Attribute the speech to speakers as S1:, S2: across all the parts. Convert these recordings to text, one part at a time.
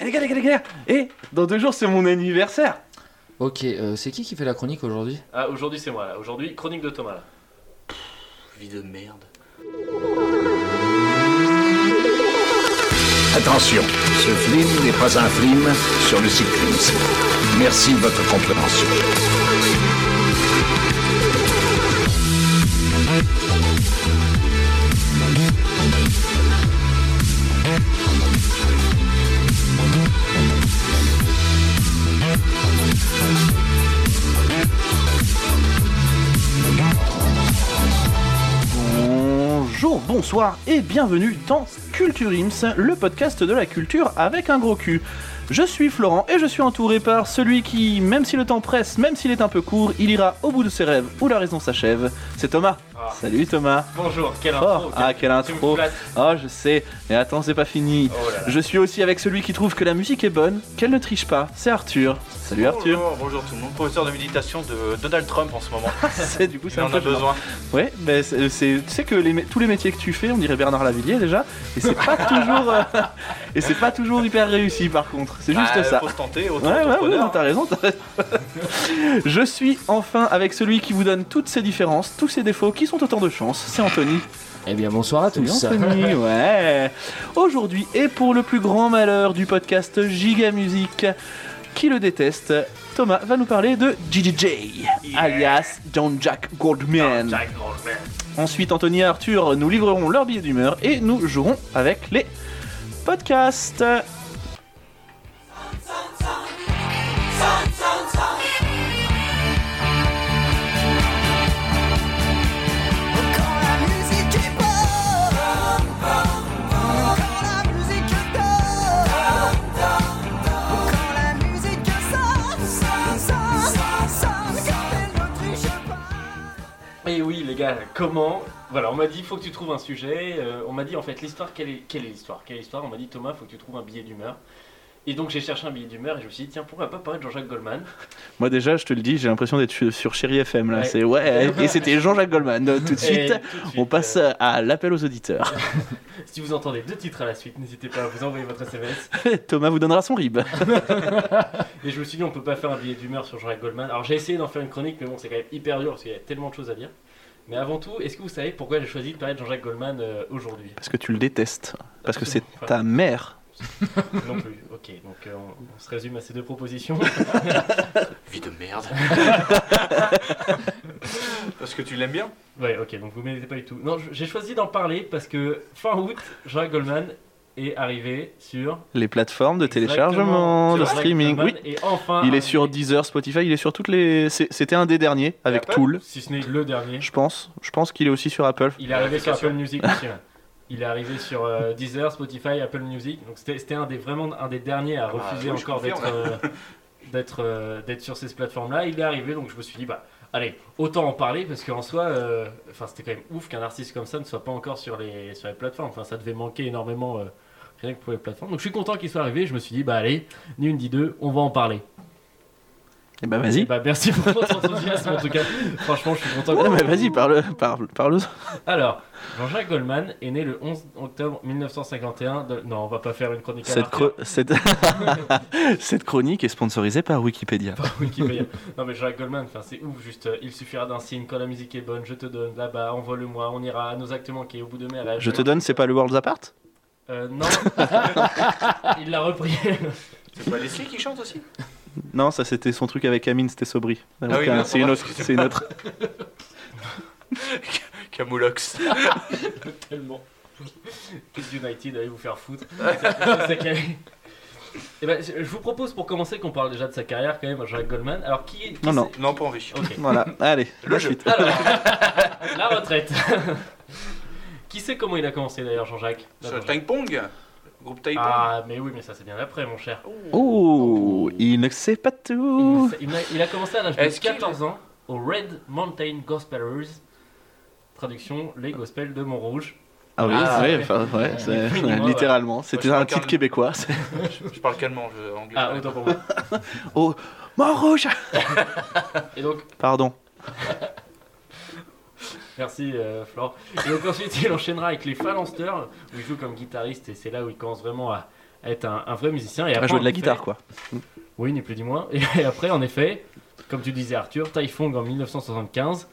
S1: Eh les gars, les gars, les gars Eh Dans deux jours, c'est mon anniversaire
S2: Ok, euh, c'est qui qui fait la chronique aujourd'hui
S3: Ah, aujourd'hui c'est moi là. Aujourd'hui, chronique de Thomas là.
S4: Vie de merde.
S5: Attention, ce film n'est pas un film sur le cyclisme. Merci de votre compréhension.
S1: Bonjour, bonsoir et bienvenue dans Culture Ims, le podcast de la culture avec un gros cul. Je suis Florent et je suis entouré par celui qui, même si le temps presse, même s'il est un peu court, il ira au bout de ses rêves où la raison s'achève. C'est Thomas.
S3: Ah.
S1: Salut Thomas.
S3: Bonjour, quelle
S1: Oh,
S3: intro
S1: ah, quelle
S3: tu me
S1: intro.
S3: flattes.
S1: Ah, je sais, mais attends, c'est pas fini.
S3: Oh là là.
S1: Je suis aussi avec celui qui trouve que la musique est bonne, qu'elle ne triche pas. C'est Arthur.
S3: Oh
S1: Salut Arthur.
S6: Bonjour, bonjour tout le monde. Professeur de méditation de Donald Trump en ce moment.
S1: C'est du coup, c'est
S6: Il
S1: un
S6: en a
S1: peu gênant.
S6: besoin.
S1: Ouais, mais c'est, euh, c'est- tu sais que les mé- tous les métiers que tu fais, on dirait Bernard Lavillier déjà, et c'est pas toujours euh, et c'est pas toujours hyper réussi par contre. C'est juste
S6: Ah,
S1: ça.
S6: Faut se tenter.
S1: Ouais, ouais, ouais, non, t'as raison. t'as raison. Je suis enfin avec celui qui vous donne toutes ses différences, tous ses défauts, qui sont autant de chances. C'est Anthony.
S2: Eh bien, bonsoir à
S1: Salut
S2: tous.
S1: Anthony, ouais. Aujourd'hui, et pour le plus grand malheur du podcast Giga Music, qui le déteste, Thomas va nous parler de GGJ, alias John Jack Goldman.
S3: Jack Goldman.
S1: Ensuite, Anthony et Arthur nous livreront leur billet d'humeur et nous jouerons avec les podcasts.
S3: Et Eh oui, les gars, comment Voilà, on m'a dit, faut que tu trouves un sujet. euh, on m'a dit, en fait, l'histoire, quelle est quelle est l'histoire Quelle est l'histoire On m'a dit, Thomas, faut que tu trouves un billet d'humeur. Et donc, j'ai cherché un billet d'humeur et je me suis dit, tiens, pourquoi pas parler de Jean-Jacques Goldman
S1: Moi déjà, je te le dis, j'ai l'impression d'être sur Chéri FM là.
S3: Ouais.
S1: C'est ouais. Et c'était Jean-Jacques Goldman. euh, Tout de
S3: Et
S1: suite,
S3: tout de suite,
S1: on passe
S3: euh,
S1: à l'appel aux auditeurs.
S3: si vous entendez deux titres à la suite, n'hésitez pas à vous envoyer votre SMS.
S1: Thomas vous donnera son rib.
S3: Et je me suis dit, on peut pas faire un billet d'humeur sur Jean-Jacques Goldman. Alors, j'ai essayé d'en faire une chronique, mais bon, c'est quand même hyper dur parce qu'il y a tellement de choses à dire. Mais avant tout, est-ce que vous savez pourquoi j'ai choisi de parler de Jean-Jacques Goldman euh, aujourd'hui
S1: Parce que tu le détestes. Parce que c'est ta mère.
S3: Non plus. Ok, donc euh, on, on se résume à ces deux propositions.
S4: Vie de merde.
S6: Parce que tu l'aimes bien.
S3: Ouais, ok, donc vous méritez pas du tout. Non, je- j'ai choisi d'en parler parce que fin août, Jean Goldman est arrivé sur
S1: Les plateformes de
S3: Exactement,
S1: téléchargement,
S3: sur
S1: de
S3: Jean-Jacques
S1: streaming. Oui.
S3: Goldman Et enfin,
S1: Il est
S3: arrivé-
S1: sur Deezer, Spotify. Il est sur toutes les. c'est- C'était un des derniers avec
S6: Apple
S1: Tool.
S3: Si ce n'est le dernier.
S1: Je pense. Je pense qu'il est aussi sur Apple.
S3: Il est arrivé sur
S6: L'application.
S3: Apple Music aussi. ouais. Il est arrivé sur euh, Deezer, Spotify, Apple Music. Donc c'était c'était un des vraiment un des derniers à
S6: bah,
S3: refuser
S6: oui, je
S3: encore d'être
S6: confirme.
S3: euh, d'être euh, d'être sur ces plateformes-là. Il est arrivé, donc je me suis dit bah allez, autant en parler parce qu'en soi, euh, enfin c'était quand même ouf qu'un artiste comme ça ne soit pas encore sur les sur les plateformes. Enfin ça devait manquer énormément. euh, Rien que pour les plateformes. Donc je suis content qu'il soit arrivé. Je me suis dit, bah allez, ni une ni deux, on va en parler.
S1: Et bah vas-y.
S3: Et bah, merci pour votre enthousiasme en tout cas. Franchement, je suis content.
S1: Ouais,
S3: que-
S1: mais Eh ben, vas-y, parle, parle, parle.
S3: alors, Jean-Jacques Goldman est né le 11 octobre 1951. de- Non, on va pas faire une chronique à
S1: Cette,
S3: l'article
S1: chro- cette... cette chronique est sponsorisée par Wikipédia.
S3: par Wikipédia. non, mais Jean-Jacques Goldman, enfin, c'est ouf, juste euh, il suffira d'un signe quand la musique est bonne, je te donne là-bas, envoie-le-moi, on ira à nos actements qui est au bout de mer. là,
S1: Je te donne, c'est pas le World's Apart
S3: Euh, non, il l'a repris.
S6: C'est pas Leslie qui chante aussi
S1: Non, ça c'était son truc avec Amine, c'était Sobri. Donc,
S6: oui,
S1: euh,
S6: merde,
S1: c'est une
S6: pardon,
S1: autre. C'est une autre.
S6: Camoulox.
S3: Tellement. Kids United, allez vous faire foutre. C'est- c'est carré. Eh ben, je je vous propose pour commencer qu'on parle déjà de sa carrière quand même à Jean-Jacques Goldman. Alors, qui est. qui
S1: Non, Oh, non.
S6: Non, pas envie.
S3: c'est- Ok.
S1: Voilà, allez,
S6: Le
S1: la
S6: jeu.
S1: suite.
S3: Alors, la retraite. Qui sait comment il a commencé d'ailleurs, Jean-Jacques
S6: Sur le Tang Pong Groupe Taipei
S3: Ah, mais oui, mais ça c'est bien après, mon cher.
S1: Oh, il ne sait pas
S3: Il,
S1: tout.
S3: il a, il a commencé à l'âge de
S6: Est-ce qu'il-
S3: 14 ans au Red Mountain Gospelers. Traduction, les gospels de Montrouge.
S1: Ah oui,
S6: Ah,
S1: oui,
S3: ouais.
S1: enfin, ouais, c'est-
S3: Oui, moi,
S1: littéralement. C'était
S6: Moi,
S1: un
S6: je me
S1: titre
S6: regarde-
S1: québécois. c'est-
S6: Je parle calmement, je anglais.
S3: Ah, autant pour moi.
S1: Mort rouge
S3: Et donc,
S1: Pardon.
S3: merci euh, Flore. Et donc ensuite, il enchaînera avec les Phalansters, où il joue comme guitariste, et c'est là où il commence vraiment à, être un, un vrai musicien. Et
S1: à
S6: Ah,
S3: après,
S1: jouer de la
S3: en fait-
S1: guitare, quoi.
S3: Oui, ni plus ni moins. Et après, en effet, comme tu disais Arthur, Taifong en 1975,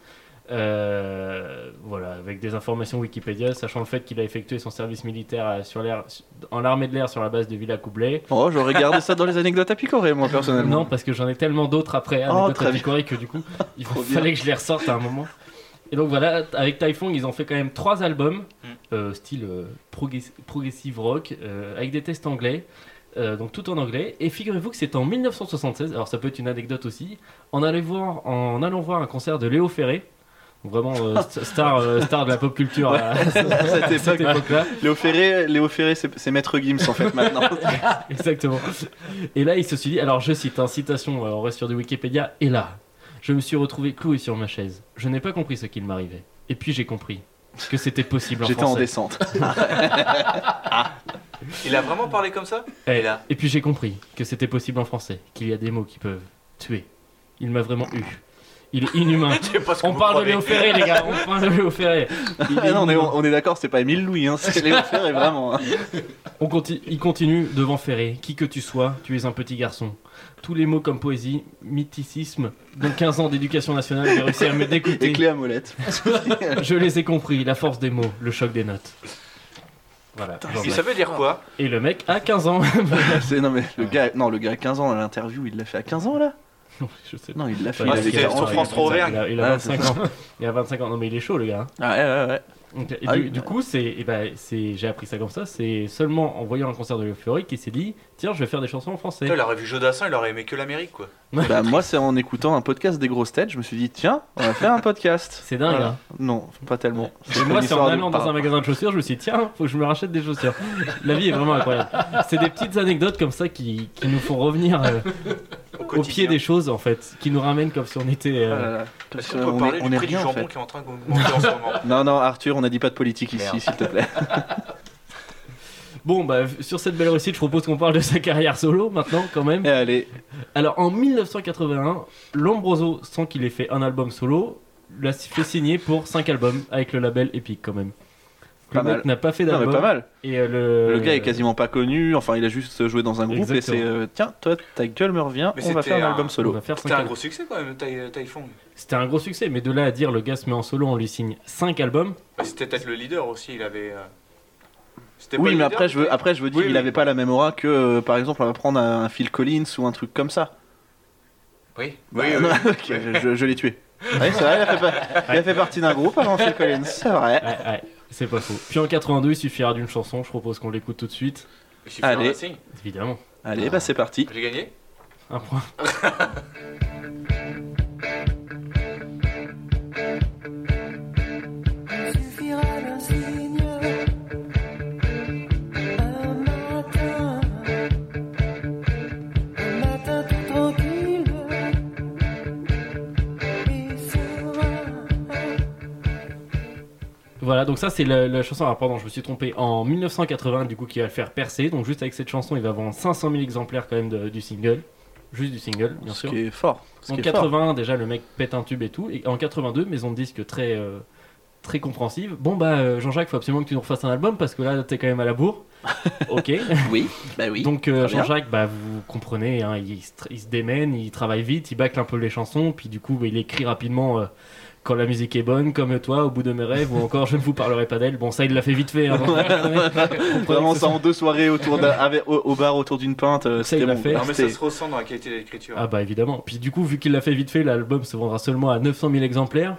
S3: euh, voilà, avec des informations Wikipédia, sachant le fait qu'il a effectué son service militaire euh, sur l'air, en l'armée de l'air sur la base de Villa Coublet.
S1: Oh, j'aurais gardé ça dans les anecdotes à picorer, moi, personnellement.
S3: Non, parce que j'en ai tellement d'autres après,
S1: Oh,
S3: anecdotes
S1: très
S3: à
S1: bien.
S3: picorer, que du coup, il
S1: Trop bien.
S3: fallait que je les ressorte à un moment. Et donc voilà, avec Typhoon, ils ont fait quand même trois albums,
S6: Mm.
S3: euh, style euh, progress- progressive rock, euh, avec des tests anglais, euh, donc tout en anglais. Et figurez-vous que c'est en 1976, alors ça peut être une anecdote aussi, en allant voir, en allant voir un concert de Léo Ferré, donc vraiment euh, st- star, euh, star de la pop culture à,
S1: À cette
S3: à cette
S1: époque,
S3: époque-là.
S1: Léo Ferré, Léo Ferré c'est c'est Maître Gims, en fait, maintenant.
S3: Exactement. Et là, il se suis dit, alors je cite, hein, citation, euh, on reste sur du Wikipédia, et là, je me suis retrouvé cloué sur ma chaise. Je n'ai pas compris ce qu'il m'arrivait. Et puis j'ai compris que c'était possible en
S1: J'étais en
S3: français.
S1: descente.
S6: Il a vraiment parlé comme ça
S3: Eh,
S6: Et là
S3: Et puis j'ai compris que c'était possible en français, qu'il y a des mots qui peuvent tuer. Il m'a vraiment eu. Il est inhumain.
S6: Je sais pas ce que
S3: On
S6: vous
S3: parle de
S6: prenez.
S3: Léo Ferré, les gars, on parle de Léo Ferré. Il est
S1: Ah non, on est,
S3: inhumain.
S1: on est d'accord, c'est pas Émile Louis, hein, c'est Léo Ferré, vraiment. hein.
S3: On conti- il continue devant Ferré. Qui que tu sois, tu es un petit garçon. Tous les mots comme poésie, mythicisme, dans 15 ans d'éducation nationale, j'ai réussi à me
S1: Et
S3: dégoûter.
S1: Clé à molette.
S3: Je les ai compris, la force des mots, le choc des notes. Voilà. Jean-Jacques.
S6: Et ça veut dire quoi
S3: Et le mec a 15 ans.
S1: C'est- Non, mais le gars, non, le gars a 15 ans à l'interview, il l'a fait à 15 ans, là
S3: je sais pas.
S1: Non, il l'a fait.
S6: Ouais,
S1: il avait
S6: c'était
S1: 40
S6: sur
S1: ans.
S6: France Trois Auvergne.
S3: Il a, il a
S1: Ah,
S3: 25 ans. Il a 25 ans. Non, mais il est chaud, le gars.
S1: Ah, ouais, ouais, ouais.
S3: Donc, et
S1: Ah
S3: du,
S1: oui.
S3: du coup, c'est, eh ben, c'est, j'ai appris ça comme ça. C'est seulement en voyant un concert de Fury qu'il s'est dit tiens, je vais faire des chansons en français.
S6: Putain, Il aurait vu Jodassin, il aurait aimé que l'Amérique quoi.
S1: Bah, moi, c'est en écoutant un podcast des grosses têtes, je me suis dit, tiens, on va faire un podcast.
S3: C'est dingue.
S1: Voilà.
S3: hein.
S1: Non, pas tellement.
S3: Et moi,
S1: une
S3: c'est en
S1: histoire de-
S3: allant dans un magasin de chaussures, je me suis dit tiens, faut que je me rachète des chaussures. La vie est vraiment incroyable. C'est des petites anecdotes comme ça qui, qui nous font revenir euh,
S6: Au,
S3: au pied des choses, en fait, qui nous ramènent comme si on était.
S1: Ah
S3: euh,
S1: là là. Parce
S6: Est-ce
S1: que
S6: qu'on peut
S1: on
S6: parler
S1: est- on
S6: du
S1: est
S6: prix du
S1: rien, en
S6: jambon
S1: fait.
S6: qui est en train d'augmenter en ce moment
S1: Non, non, Arthur, on a dit pas de politique ici,
S4: Merde.
S1: s'il te plaît.
S3: Bon, bah, v- sur cette belle réussite, je propose qu'on parle de sa carrière solo maintenant, quand même.
S1: Et allez,
S3: Alors, en 1981, Lombroso, sans qu'il ait fait un album solo, l'a s- fait signer pour 5 albums avec le label Epic, quand même.
S1: Pas
S3: le mec
S1: mal.
S3: n'a pas fait
S1: non, mais
S3: d'album.
S1: pas mal.
S3: Et euh, le...
S1: Le gars est quasiment pas connu, enfin il a juste joué dans un groupe
S3: Exactement.
S1: et c'est euh, tiens, toi ta gueule me revient,
S6: Mais
S1: on va
S6: c'était
S1: faire un
S6: un-
S1: album
S3: On
S1: solo.
S3: va faire cinq
S6: C'était un
S3: albums.
S6: gros succès quand même, Tai- Typhoon.
S3: C'était un gros succès, mais de là à dire le gars se met en solo, on lui signe 5 albums.
S6: Bah, C'était peut-être le leader aussi, il avait. euh, C'était pas
S1: Oui,
S6: le
S1: mais
S6: leader,
S1: après je veux,
S6: mais-
S1: après je veux dire,
S6: Oui,
S1: il
S6: oui.
S1: avait pas la même aura que euh, par exemple on va prendre un, un Phil Collins ou un truc comme ça.
S6: Oui,
S1: Bah,
S6: oui, oui.
S1: non, ok, je, je- je l'ai tué. Ah Oui, c'est vrai, il a fait, pas- il a fait partie d'un groupe avant Phil Collins, c'est vrai.
S3: Ouais, ouais, c'est pas faux. Puis en 82, il suffira d'une chanson, je propose qu'on l'écoute tout de suite.
S6: Il suffit d'un
S1: Allez.
S6: Ah, racing.
S3: Évidemment.
S1: Allez, bah c'est parti.
S6: J'ai gagné
S3: Un point.
S7: Suffira d'un signe, un matin, un matin tout tranquille et serein.
S3: Voilà, donc ça c'est la, la chanson, alors pardon, je me suis trompé, en 1980 du coup qui va le faire percer, donc juste avec cette chanson il va vendre 500 000 exemplaires quand même de- du single, juste du single bien
S1: Ce
S3: sûr.
S1: qui est fort. ce
S3: En
S1: qui est fort.
S3: 81 déjà le mec pète un tube et tout, et en 82 maison de disque très, euh, très compréhensive, bon bah euh, Jean-Jacques faut absolument que tu nous refasses un album parce que là t'es quand même à la bourre, ok.
S1: Oui, bah oui.
S3: Donc euh,
S1: très bien.
S3: Jean-Jacques, bah, vous comprenez, hein, il, se tr- il se démène, il travaille vite, il bâcle un peu les chansons, puis du coup bah, il écrit rapidement euh, quand la musique est bonne, comme toi, au bout de mes rêves, ou encore je ne vous parlerai pas d'elle. Bon ça il l'a fait vite fait. hein, donc, vous comprenez
S1: Vraiment
S3: que ce
S1: ça
S3: sont-
S1: en deux soirées autour d'un- avec- au, au bar autour d'une pinte, euh,
S3: Ça, il
S1: c'était
S3: l'a
S1: bon.
S3: fait.
S6: Non, mais ça
S1: C'était-
S6: se ressent dans la qualité de l'écriture.
S3: Ah bah évidemment. Puis du coup vu qu'il l'a fait vite fait, l'album se vendra seulement à 900 000 exemplaires.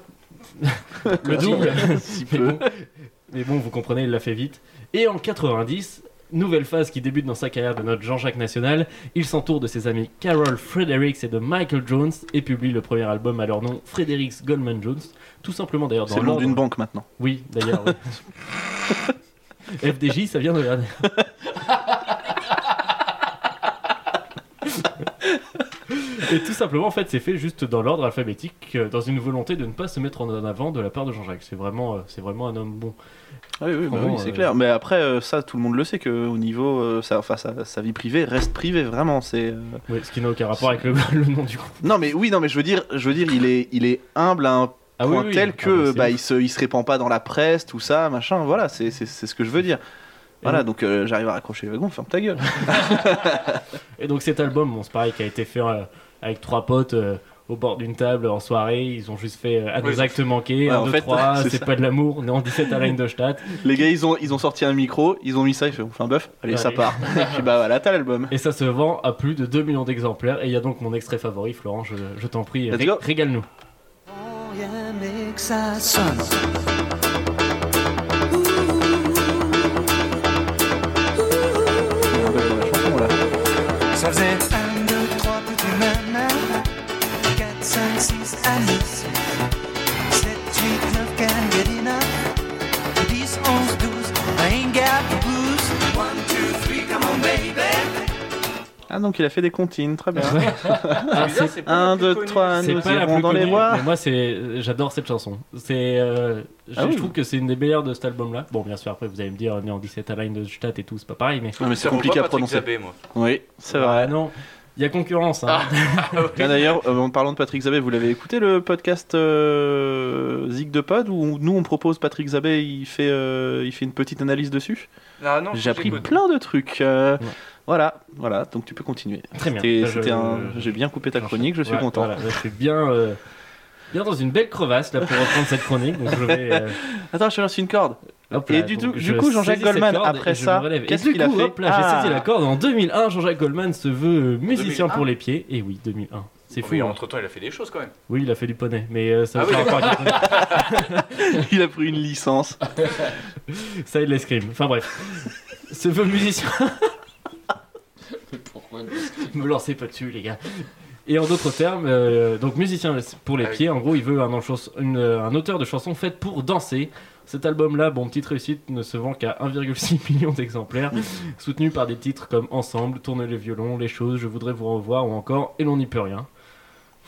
S3: Le double.
S1: si
S3: Mais
S1: peu.
S3: bon, mais bon, vous comprenez, il l'a fait vite. Et en 90, nouvelle phase qui débute dans sa carrière de notre Jean-Jacques National, il s'entoure de ses amis Carol Fredericks et de Michael Jones et publie le premier album à leur nom, Fredericks Goldman Jones. Tout simplement d'ailleurs dans
S1: C'est le nom
S3: l'ordre-
S1: d'une banque maintenant.
S3: Oui, d'ailleurs. oui. FDJ, ça vient de regarder. Et tout simplement, en fait, c'est fait juste dans l'ordre alphabétique, euh, dans une volonté de ne pas se mettre en avant de la part de Jean-Jacques. C'est vraiment, euh, c'est vraiment un homme bon.
S1: Ah oui, oui, bah
S3: Vraiment,
S1: oui, c'est
S3: euh,
S1: clair. Mais après, euh, ça, tout le monde le sait que au niveau, euh, sa, enfin, sa, sa vie privée reste privée, vraiment. C'est. euh,
S3: Ouais, ce qui n'a aucun rapport avec le, le nom du groupe.
S1: Non, mais oui, non, mais je veux dire, je veux dire, il est, il est humble à un
S3: Ah oui,
S1: point
S3: oui,
S1: tel
S3: oui.
S1: que,
S3: Ah,
S1: bah,
S3: c'est-
S1: il se, il se répand pas dans la presse, tout ça, machin. Voilà, c'est, c'est, c'est ce que je veux dire. Voilà, donc euh, j'arrive à raccrocher le wagon, ferme ta gueule.
S3: Et donc cet album, bon, c'est pareil, qui a été fait euh, avec trois potes euh, au bord d'une table en soirée. Ils ont juste fait euh, à
S6: Oui,
S3: des
S6: c'est-
S3: actes
S1: Ouais,
S3: manqués, un,
S1: en
S3: deux,
S1: fait,
S3: trois,
S1: c'est
S3: c'est
S1: ça.
S3: pas de l'amour, non, 17 à la ligne de Stadt.
S1: Les gars, ils ont, ils ont sorti un micro, ils ont mis ça, ils font, on fait un bœuf, allez, ça
S3: Allez.
S1: part. Et puis bah voilà, t'as l'album.
S3: Et ça se vend à plus de 2 millions d'exemplaires. Et il y a donc mon extrait favori, Florent, je, je t'en prie,
S1: Let's
S3: ré-
S1: go.
S3: régale-nous.
S7: Pour rien, mais que ça sonne.
S1: C'est un bœuf dans la chanson, là.
S8: Ça faisait
S7: 1, 2, 3, plus de maman. 4, 5, 6, Alice. 7, 8, 9, Candelina. 10, 11, 12, Ringard, Bruce.
S1: Ah, donc il a fait des comptines, très bien.
S3: Ah, c'est-
S6: c'est pas la
S1: 1,
S6: plus
S1: 2,
S6: connue.
S1: 3,
S3: c'est
S1: nous
S3: pas la plus
S1: irons dans les
S3: connue,
S1: bois.
S3: mais moi c'est j'adore cette chanson. C'est euh, je-
S1: Ah oui.
S3: je trouve que c'est une des meilleures de cet album là. Bon bien sûr après vous allez me dire on est en 17 à la ligne de Stadt et tout, c'est pas pareil mais
S1: Non, Ah, mais
S6: Ça
S1: c'est
S6: vaut
S1: compliqué
S6: pas
S1: à
S6: Patrick
S1: prononcer.
S6: Zabé, moi.
S1: Oui, c'est
S3: Ah
S1: vrai.
S3: non, il y a concurrence hein.
S1: Tiens, D'ailleurs, euh, en parlant de Patrick Zabé, vous l'avez écouté le podcast euh, Zig de Pod où nous on propose Patrick Zabé, il fait, euh, il fait une petite analyse dessus.
S6: Ah, non,
S1: J'ai appris
S6: j'écoute.
S1: plein de trucs. euh,
S3: Ouais.
S1: Voilà, voilà, donc tu peux continuer.
S3: Très bien.
S1: Ah. C'était-
S3: Là, je-
S1: c'était un- J'ai bien coupé ta chronique, je suis
S3: Ouais,
S1: content.
S3: voilà, là, je suis bien euh, bien dans une belle crevasse là pour reprendre cette chronique donc je vais euh,
S1: Attends, je te lance une corde.
S3: hop
S1: Et
S3: là,
S1: du
S3: donc
S1: tout-
S3: je
S1: du coup, Jean-Jacques
S3: saisis cette
S1: Goldman,
S3: corde et
S1: après
S3: je
S1: ça,
S3: me relève. Et
S1: qu'est-ce
S3: du
S1: qu'il a
S3: coup,
S1: fait
S3: hop là, j'ai
S1: Ah.
S3: saisi la corde en 2001, Jean-Jacques Goldman se veut musicien
S6: 2001.
S3: pour les pieds et oui, 2001. C'est fou.
S6: Ah Oui,
S3: hein.
S6: entre temps, il a fait des choses quand même.
S3: Oui, il a fait du poney, mais euh, ça
S6: Ah
S3: va
S6: oui,
S3: faire encore quelque chose.
S1: Il a pris une licence.
S3: Ça et de l'escrime. Enfin bref. Ce veut musicien.
S2: Pourquoi
S3: Me lancez pas dessus, les gars. Et en d'autres termes, euh, donc musicien pour les
S6: Ah oui.
S3: pieds, en gros, il veut un, enchans- une, euh, un auteur de chansons faites pour danser. Cet album-là, bon, petite réussite, ne se vend qu'à 1,6 million d'exemplaires, soutenu par des titres comme Ensemble, Tourner le violon, Les choses, Je voudrais vous revoir ou encore Et l'on n'y peut rien.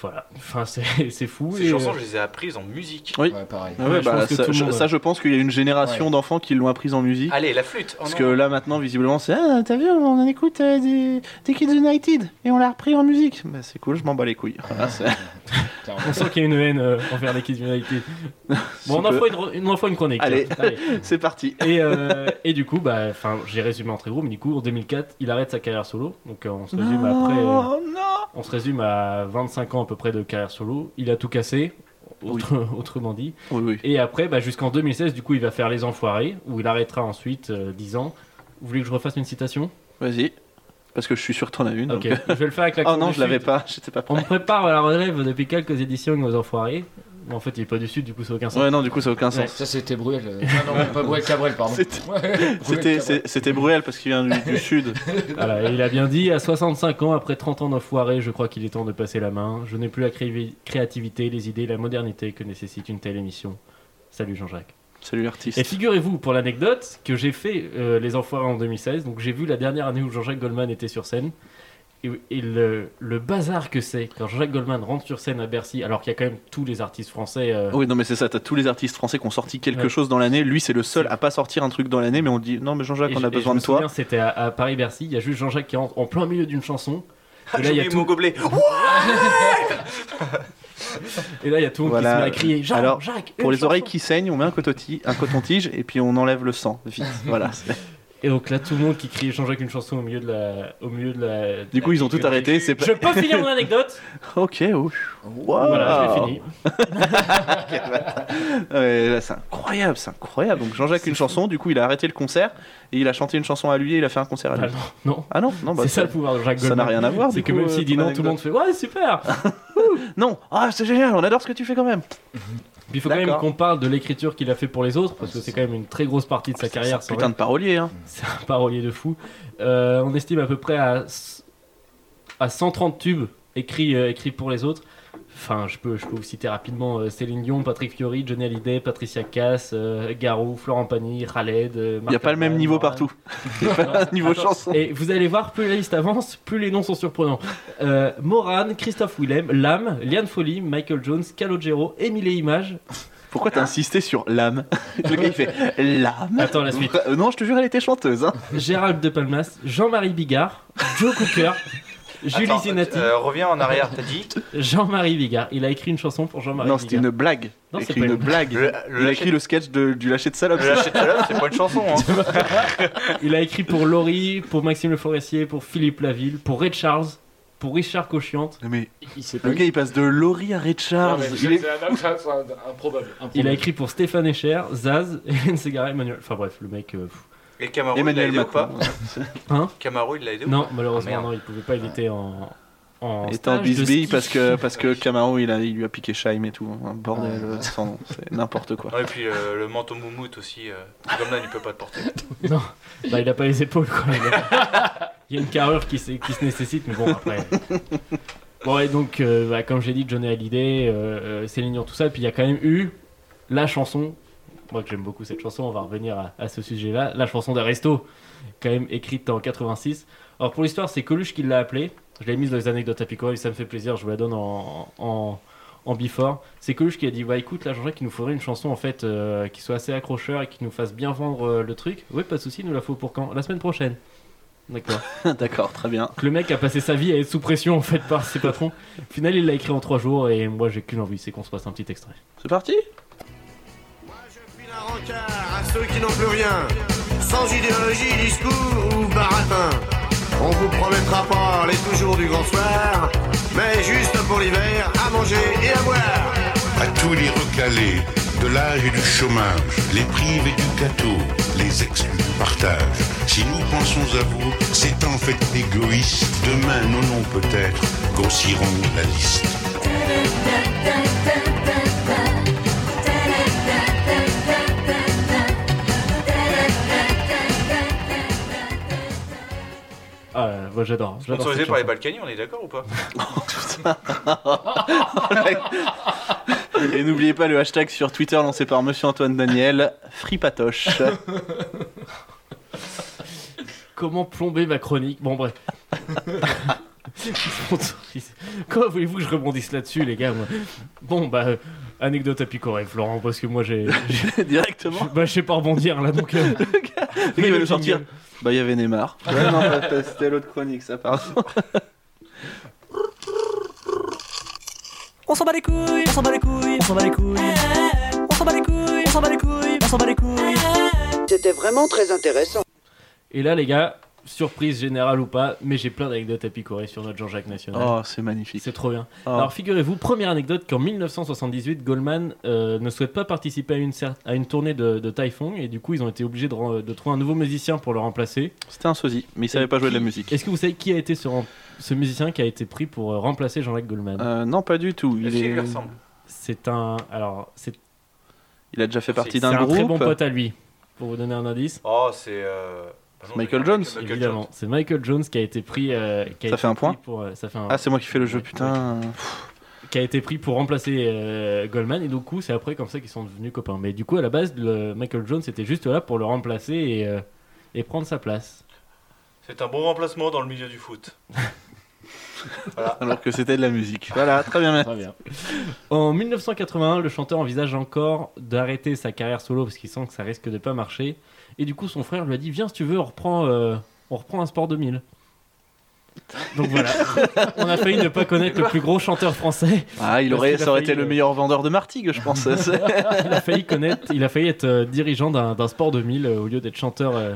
S3: Voilà, enfin, c'est c'est fou.
S6: Ces
S3: et,
S6: chansons,
S3: euh,
S6: je les ai apprises en musique.
S2: Ouais, pareil.
S1: Ah
S3: Ouais,
S1: ouais,
S3: je
S1: bah,
S3: pense que
S1: ça,
S3: tout le
S1: je,
S3: monde a-
S1: ça, je pense qu'il y a une génération
S2: Ouais.
S1: d'enfants qui l'ont apprise en musique.
S6: Allez, la flûte. Oh
S1: Parce
S6: non.
S1: que là maintenant visiblement c'est ah t'as vu on en écoute euh, des, des Kids United et on l'a repris en musique bah c'est cool je m'en bats les couilles Voilà, c'est-
S3: on sent qu'il y a une haine euh, envers les Kids United. Bon, on en,
S1: peu.
S3: fera une, re- une- on en fera une chronique.
S1: Allez.
S3: hein. Allez.
S1: c'est parti
S3: et, euh, et du coup, bah, enfin, j'ai résumé en très gros, mais du coup, en 2004, il arrête sa carrière solo. Donc, euh, on se résume après. euh,
S1: non non
S3: on se résume à 25 ans à peu près de carrière solo. Il a tout cassé. autre- autrement dit.
S1: oui oui
S3: Et après, bah, jusqu'en 2016, du coup, il va faire Les Enfoirés, où il arrêtera ensuite euh, 10 ans. Vous voulez que je refasse une citation
S1: vas-y parce que je suis sûr que t'en as une
S3: Ok,
S1: donc-
S3: je vais le faire avec la
S1: oh
S3: Cour
S1: non
S3: du
S1: je l'avais
S3: Sud.
S1: pas j'étais pas prêt
S3: On me prépare à la relève depuis quelques éditions aux Enfoirés. Mais en fait, il est pas du Sud, du coup, ça n'a aucun sens.
S1: ouais non du coup ça n'a aucun
S3: Ouais.
S1: sens
S2: Ça, c'était Bruel. euh, Non, non, pas Bruel Cabrel, pardon.
S1: C'était-
S2: Ouais, Bruel
S1: c'était
S2: Cabrel.
S1: c'est- c'était Bruel parce qu'il vient du, du sud
S3: Voilà, et il a bien dit, à 65 ans, après 30 ans d'enfoiré, je crois qu'il est temps de passer la main. Je n'ai plus la cré- créativité, les idées, la modernité que nécessite une telle émission. Salut Jean-Jacques.
S1: salut l'artiste
S3: Et figurez-vous, pour l'anecdote, que j'ai fait euh, Les Enfoirés en 2016, donc j'ai vu la dernière année où Jean-Jacques Goldman était sur scène. Et, et le, le bazar que c'est quand Jean-Jacques Goldman rentre sur scène à Bercy, alors qu'il y a quand même tous les artistes français. euh,
S1: oui non mais c'est ça t'as tous les artistes français qui ont sorti quelque
S3: Ouais.
S1: chose dans l'année lui c'est le seul à pas sortir un truc dans l'année mais on dit non mais Jean-Jacques
S3: et
S1: on
S3: je-
S1: a
S3: et je
S1: besoin
S3: me
S1: de toi
S3: souviens, C'était à, à Paris-Bercy, il y a juste Jean-Jacques qui rentre en plein milieu d'une chanson.
S6: Ah,
S3: Et
S6: j'ai
S3: là, il y a
S6: oublié
S3: tout-
S6: mon gobelet.
S3: Et là, il y a tout le monde
S1: Voilà.
S3: qui se met à crier Jean,
S1: Alors,
S3: Jacques,
S1: pour
S3: une
S1: les oreilles
S3: chanson.
S1: qui saignent on met un coton-tige un coton-tige et puis on enlève le sang vite voilà
S3: Et donc là, tout le monde qui crie Jean-Jacques une chanson au milieu de la. Au milieu de la
S1: Du coup, ils ont tout arrêté. C'est pas...
S3: Je peux finir mon anecdote
S1: Ok, ouf. Wow. bah,
S3: Voilà, je l'ai fini.
S1: Ouais, là, c'est incroyable, c'est incroyable. Donc Jean-Jacques une chanson. Du coup, il a arrêté le concert et il a chanté une chanson à lui. Et il a fait un concert à lui.
S3: Ah non, non.
S1: Ah non, non, bah,
S3: c'est ça le pouvoir de Jacques
S1: ça
S3: Goldman.
S1: n'a rien à voir,
S3: C'est
S1: du
S3: que
S1: coup,
S3: même
S1: euh,
S3: s'il dit
S1: ton Ah,
S3: non, tout le monde fait Ouais, super
S1: Non, ah c'est génial. On adore ce que tu fais quand même.
S3: Puis il faut quand même
S1: D'accord.
S3: qu'on parle de l'écriture qu'il a fait pour les autres, parce que
S2: Ouais, c'est
S3: c'est quand même une très grosse partie de sa carrière.
S1: C'est
S3: sans
S1: un Ah, putain de parolier. Hein.
S3: C'est un parolier de fou. Euh, on estime à peu près à, à 130 tubes écrits, euh, écrits pour les autres. Enfin, je peux, je peux vous citer rapidement euh, Céline Dion, Patrick Fiori, Johnny Hallyday, Patricia Cass, euh, Garou, Florent Pagny, Khaled. euh,
S1: Il y a
S3: Marc
S1: pas le même
S3: Lavoine,
S1: niveau
S3: Morane.
S1: partout. Il y a pas un niveau
S3: Attends,
S1: chanson.
S3: Et vous allez voir, plus la liste avance, plus les noms sont surprenants. Euh, Morane, Christophe Willem, Lame, Liane Folly, Michael Jones, Calogero, Émile et Images.
S1: Pourquoi t'as insisté sur l'âme Le gars il fait l'âme.
S3: Attends, la suite.
S1: Euh, Non, je te jure, elle était chanteuse. Hein.
S3: Gérald De Palmas, Jean-Marie Bigard, Joe Cooker, Julie
S6: Attends,
S3: Zenati,
S6: euh, reviens en arrière, t'as dit
S3: Jean-Marie Bigard. Il a écrit une chanson pour Jean-Marie
S1: Non,
S3: Bigard.
S1: c'était une blague.
S3: Non,
S1: Il a
S3: c'est
S1: écrit
S3: pas
S1: une
S3: une-
S1: blague.
S6: Le,
S1: Il a écrit le sketch de- du lâcher de salope.
S6: le lâcher de salope, c'est pas une chanson. Hein.
S3: Il a écrit pour Laurie, pour Maxime Le Forestier, pour Philippe Laville, pour Ray Charles, pour Richard Cochiante.
S1: Mais
S2: Il s'est pas
S1: le gars, il passe de Laurie à Ray Charles. Il est-
S8: C'est un- c'est un- c'est un- improbable.
S3: Il a écrit pour Stéphane Echer, Zaz, Hélène Segara, Emmanuel. Enfin bref, le mec. euh, pff.
S6: Et Camaro, il l'a
S1: Emmanuel
S6: aidé ou pas
S1: Macron.
S6: Camaro, il l'a aidé ou
S3: Non,
S6: pas
S3: malheureusement,
S6: Ah, merde.
S3: non, il pouvait pas. Il était en. en
S1: Il était en
S3: stage de
S1: bisbille
S3: ski. Ah
S1: parce que, parce que Camaro, il, a, il lui a piqué Scheim et tout. Un bordel euh, sans nom. C'est n'importe quoi.
S6: Non, et puis euh, le manteau moumoute aussi, euh, comme là, il peut pas te porter.
S3: Bah, il a pas les épaules, quoi. Il a- il y a une carrure qui, s'est- qui se nécessite, mais bon, après. Bon, et donc, euh, bah, comme j'ai dit, Johnny Hallyday, euh, euh, Céline Dion, tout ça. Et puis, il y a quand même eu la chanson. Moi, que j'aime beaucoup cette chanson, on va revenir à, à ce sujet-là. La chanson d'Aresto, quand même écrite en 86. Alors, pour l'histoire, c'est Coluche qui l'a appelée. Je l'ai mise dans les anecdotes à Pico, et ça me fait plaisir, je vous la donne en. en en before, c'est Coluche qui a dit bah écoute là Jean-Jacques il nous faudrait une chanson en fait euh, qui soit assez accrocheur et qui nous fasse bien vendre euh, le truc. Oui pas de souci, nous la faut pour quand La semaine prochaine. D'accord.
S1: D'accord, très bien.
S3: Donc le mec a passé sa vie à être sous pression en fait par ses patrons. Au final il l'a écrit en trois jours et moi j'ai qu'une envie, c'est qu'on se passe un petit extrait.
S1: C'est parti
S9: la rancard à ceux qui n'ont plus rien, sans idéologie, discours ou baratin. On vous promettra pas les toujours du grand soir, mais juste pour l'hiver, à manger et à boire.
S10: à tous les recalés de l'âge et du chômage, les privés du gâteau, les exclus du partage. Si nous pensons à vous, c'est en fait égoïste. Demain, nos noms peut-être grossiront la liste.
S3: Ah là là, moi j'adore. j'adore
S6: Sponsorisé
S3: cette
S6: par les
S3: chanson.
S6: Balkany, on est d'accord ou pas
S1: Et n'oubliez pas le hashtag sur Twitter lancé par Monsieur Antoine Daniel, Fripatoche.
S3: Comment plomber ma chronique Bon bref. Sponsorisé. Comment voulez-vous que je rebondisse là-dessus les gars moi Bon bah euh, anecdote à picorer Florent parce que moi j'ai... j'ai-
S1: Directement.
S3: Bah, je sais pas rebondir là donc. euh,
S1: Il
S3: mais
S1: va
S3: le
S1: nous sortir.
S3: jingle.
S1: Bah, il y avait Neymar. Ouais, non, c'était l'autre chronique, ça part.
S7: On s'en bat les couilles, on s'en bat les couilles, on s'en bat les couilles. On s'en bat les couilles, on s'en bat les couilles, on s'en bat les couilles.
S9: C'était vraiment très intéressant.
S3: Et là, les gars, surprise générale ou pas, mais j'ai plein d'anecdotes à picorer sur notre Jean-Jacques National.
S1: Oh, c'est magnifique.
S3: C'est trop bien.
S1: Oh.
S3: Alors figurez-vous, première anecdote, qu'en 1978, Goldman euh, ne souhaite pas participer à une, cer- à une tournée de, de Typhoon et du coup ils ont été obligés de, ren- de trouver un nouveau musicien pour le remplacer.
S1: C'était un sosie, mais il savait pas jouer de la musique.
S3: Est-ce que vous savez qui a été ce, rem- ce musicien qui a été pris pour euh, remplacer Jean-Jacques Goldman
S1: Euh, non, pas du tout. Il,
S6: Si,
S1: est-
S6: lui ressemble.
S3: C'est un... Alors c'est
S1: il a déjà fait partie
S3: c'est
S1: d'un
S3: un
S1: groupe.
S3: très bon pote à lui, pour vous donner un indice.
S6: Oh, c'est. euh, bah non,
S1: Michael
S6: mais-
S1: Jones,
S3: Évidemment, c'est Michael Jones qui a été pris... euh, qui a
S1: Ça
S3: été
S1: fait un
S3: pris
S1: point
S3: pour, euh, Ça fait un
S1: Ah, c'est moi qui fais le jeu,
S3: Ouais,
S1: putain.
S3: qui a été pris pour remplacer euh, Goldman et du coup c'est après comme ça qu'ils sont devenus copains. Mais du coup à la base le- Michael Jones était juste là pour le remplacer et, euh, et prendre sa place.
S6: C'est un bon remplacement dans le milieu du foot.
S1: Alors que c'était de la musique. Voilà, très bien.
S3: Très bien. en 1981 le chanteur envisage encore d'arrêter sa carrière solo parce qu'il sent que ça risque de pas marcher et du coup son frère lui a dit viens si tu veux on reprend, euh, on reprend un sport 2000. Donc voilà, on a failli ne pas connaître le plus gros chanteur français.
S1: Ah, il
S3: Parce
S1: aurait,
S3: qu'il a
S1: ça aurait
S3: failli,
S1: été le
S3: euh,
S1: meilleur vendeur de Martigues, je pense. C'est-
S3: Il a failli connaître, il a failli être euh, dirigeant d'un d'un sport 2000 euh, au lieu d'être chanteur. euh,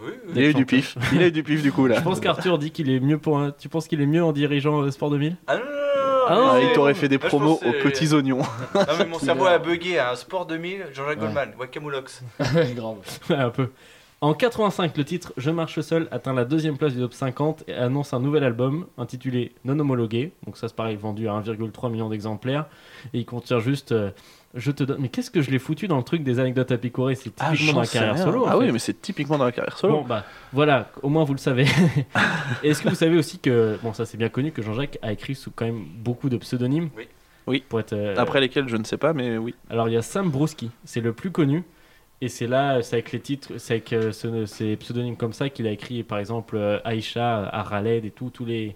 S6: Oui, oui.
S1: il a eu du pif. Il a eu du pif, du coup, là.
S3: Je pense qu'Arthur dit qu'il est mieux pour un... Tu penses qu'il est mieux en dirigeant euh, Sport 2000
S6: Ah non, non, non,
S3: Ah,
S6: non,
S1: Ah,
S6: mais
S1: il
S6: c'est-
S1: t'aurait fait des
S6: Là, je
S1: promos
S6: pense que
S1: aux
S6: c'est-
S1: petits oignons.
S6: Non, mais mon cerveau a bugué à un sport 2000, Jean-Jacques
S2: Ouais.
S6: Goldman, Wakamoulox.
S2: grave.
S3: Ouais, un peu. En 85, le titre Je marche seul atteint la deuxième place du top 50 et annonce un nouvel album intitulé Non homologué. Donc ça c'est pareil, vendu à 1,3 million d'exemplaires. Et il contient juste... euh, je te donne... Mais qu'est-ce que je l'ai foutu dans le truc des anecdotes à picorer C'est typiquement dans la carrière solo. en
S1: Ah oui,
S3: fait.
S1: mais c'est typiquement dans la carrière
S3: Bon
S1: solo.
S3: bah voilà, au moins vous le savez. Est-ce que vous savez aussi que... Bon ça c'est bien connu que Jean-Jacques a écrit sous quand même beaucoup de pseudonymes.
S6: Oui.
S1: Oui.
S3: Pour être, euh,
S1: Après lesquels, je ne sais pas, mais oui.
S3: Alors il y a Sam Brouski, c'est le plus connu. Et c'est là, c'est avec les titres, c'est avec euh, ce- ces pseudonymes comme ça qu'il a écrit, par exemple, euh, Aïcha, euh, Araled et tout, tous les...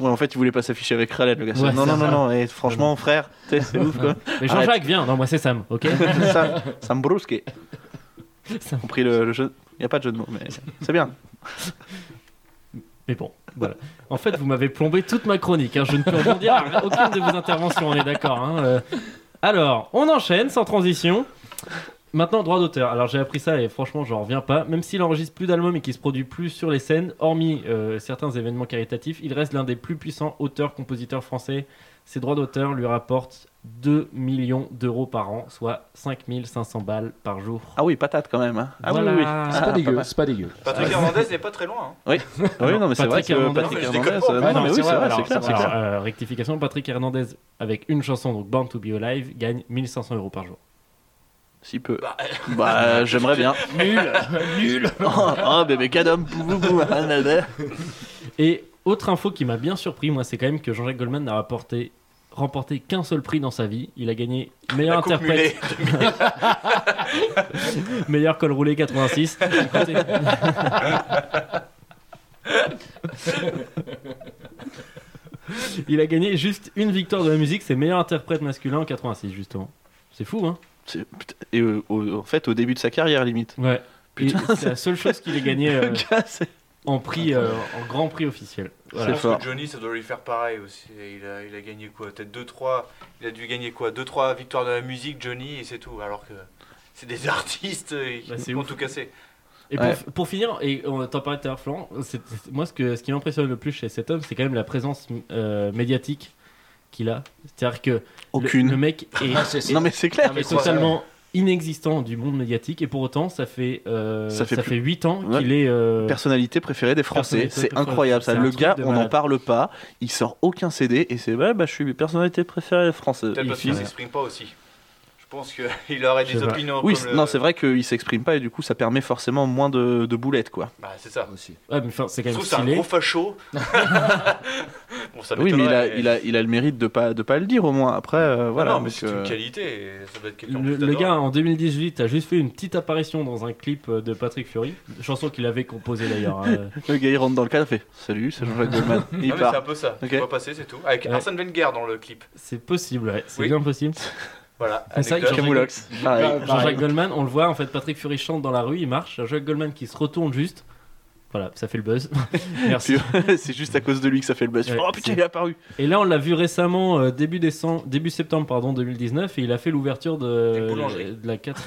S1: Ouais, en fait, il voulait pas s'afficher avec Khaled, le gars.
S3: Ouais,
S1: non,
S3: c'est
S1: non, non,
S3: ça.
S1: non. Et franchement, frère, tu sais, c'est ouf, quoi.
S3: Mais Jean-Jacques, viens Non, moi c'est Sam, ok
S1: ça, ça me brusque.
S3: Ça me-
S1: compris le, le jeu. Il n'y a pas de jeu de mots, mais c'est bien.
S3: Mais bon, Voilà. En fait, vous m'avez plombé toute ma chronique. hein. Je ne peux rebondir à aucune de vos interventions, on est d'accord. hein. Euh, Alors, on enchaîne sans transition. Maintenant, droit d'auteur. Alors, j'ai appris ça et franchement, j'en reviens pas. Même s'il enregistre plus d'albums et qu'il se produit plus sur les scènes, hormis euh, certains événements caritatifs, il reste l'un des plus puissants auteurs-compositeurs français. Ses droits d'auteur lui rapportent 2 millions d'euros par an, soit 5500 balles par jour.
S1: Ah oui, patate quand même. hein. Ah oui, oui, oui. Ah, mal.
S6: Patrick Hernandez n'est pas très loin. hein.
S1: Oui, Ah oui non, mais c'est vrai
S3: Patrick
S1: que
S3: Hernandez.
S1: Patrick
S6: Non, mais je
S1: Hernandez.
S6: déconne
S1: euh,
S6: pas.
S1: non, mais oui, c'est vrai, c'est clair.
S3: Alors,
S1: c'est clair.
S3: euh, rectification, Patrick Hernandez, avec une chanson, donc Born to be Alive, gagne 1500 euros par jour.
S1: Si peu. Bah, euh, j'aimerais bien.
S2: Nul, nul.
S1: Oh, oh bébé cadom, boum, boum, boum, ah, nada.
S3: Et autre info qui m'a bien surpris, moi, c'est quand même que Jean-Jacques Goldman n'a rapporté- remporté qu'un seul prix dans sa vie. Il a gagné meilleur
S6: La coupe
S3: interprète,
S6: Mulet.
S3: meilleur col roulé 86. Écoutez. Il a gagné juste une victoire de la musique, c'est meilleur interprète masculin en 86 justement. C'est fou, hein
S1: C'est- putain, Et euh, au- en fait, au début de sa carrière, limite.
S3: Ouais.
S1: Putain,
S3: Et c'est la seule chose qu'il ait gagné euh,
S1: c'est
S3: en prix, euh, en grand prix officiel. Voilà.
S1: c'est
S6: Je pense
S1: fort.
S6: que Johnny, ça doit lui faire pareil aussi. Il a, il a gagné quoi Peut-être 2-3. Il a dû gagner quoi 2-3 victoires de la musique, Johnny, et c'est tout. Alors que c'est des artistes euh,
S3: Bah, c'est
S6: qui ont
S3: ouf.
S6: tout cassé.
S3: Et pour,
S1: Ouais.
S3: pour finir, et on t'en parlait tout à l'heure, Florent, c'est- c'est- moi ce, que, ce qui m'impressionne le plus chez cet homme, c'est quand même la présence euh, médiatique qu'il a. C'est-à-dire que le-
S1: Aucune.
S3: Le, mec est,
S2: Ah, c'est- c'est-
S1: Non, mais c'est clair.
S2: Non, mais
S3: est
S2: c'est-
S3: totalement inexistant du monde médiatique, et pour autant, ça fait, euh,
S1: Ça
S3: ça
S1: fait
S3: fait,
S1: plus-
S3: 8 ans
S1: Ouais.
S3: qu'il est. euh,
S1: Personnalité préférée des Français,
S3: Personnalité
S1: c'est
S3: préférée.
S1: incroyable ça.
S3: C'est un
S1: Le
S3: truc
S1: gars,
S3: de
S1: on n'en
S3: malade.
S1: parle pas, il sort aucun CD et c'est ouais, bah je suis personnalité préférée des Français.
S6: Peut-être
S1: Il
S6: parce qu'il
S1: finit-
S6: ne s'exprime pas aussi. Je pense qu'il aurait
S3: Je
S6: des
S3: sais pas.
S6: opinions.
S1: Oui,
S6: comme
S1: c'est-
S6: le-
S1: non, c'est vrai qu'il s'exprime pas et du coup ça permet forcément moins de, de boulettes quoi.
S6: Bah, c'est ça.
S2: Ah, Aussi.
S1: Ah,
S3: ouais, mais enfin, c'est quand
S6: Je
S3: même
S6: trouve que c'est un gros
S3: stylé.
S6: facho. bon, ça
S1: Oui, mais il a,
S6: m'étonnerait.
S1: il, a, il a le mérite de pas, de pas le dire au moins. Après, euh,
S6: Ah
S1: voilà.
S6: non, mais
S1: donc,
S6: c'est
S1: euh,
S6: une qualité. et Ça doit être quelqu'un
S3: Le,
S6: que
S3: le
S6: t'adores.
S3: gars hein, en 2018 a juste fait une petite apparition dans un clip euh, de Patrick Fury, chanson qu'il avait composée d'ailleurs. hein.
S1: le gars il rentre dans le cadre, il fait Salut, c'est Jean-Jacques Goldman. Et
S6: Ah,
S1: il
S6: mais c'est
S1: part.
S6: un peu ça.
S1: Ok.
S6: Tu vois passer, c'est tout. Avec
S3: Ouais.
S6: Arsène Wenger dans le clip.
S3: c'est possible, ouais, c'est
S6: Oui.
S3: bien possible.
S6: Voilà.
S3: C'est ça,
S6: anecdote.
S1: Camoulox. Pareil.
S3: Jean-Jacques Goldman, on le voit, en fait, Patrick Fury chante dans la rue, il marche. Jean-Jacques Goldman qui se retourne juste. Voilà, ça fait le buzz. Merci.
S1: Puis, c'est juste à cause de lui que ça fait le buzz.
S3: Ouais,
S1: oh putain,
S3: c'est-
S1: il est apparu.
S3: Et là, on l'a vu récemment, euh, début, décembre, début septembre pardon, 2019, et il a fait l'ouverture
S6: Des
S3: de,
S6: boulangeries.
S3: de la 4.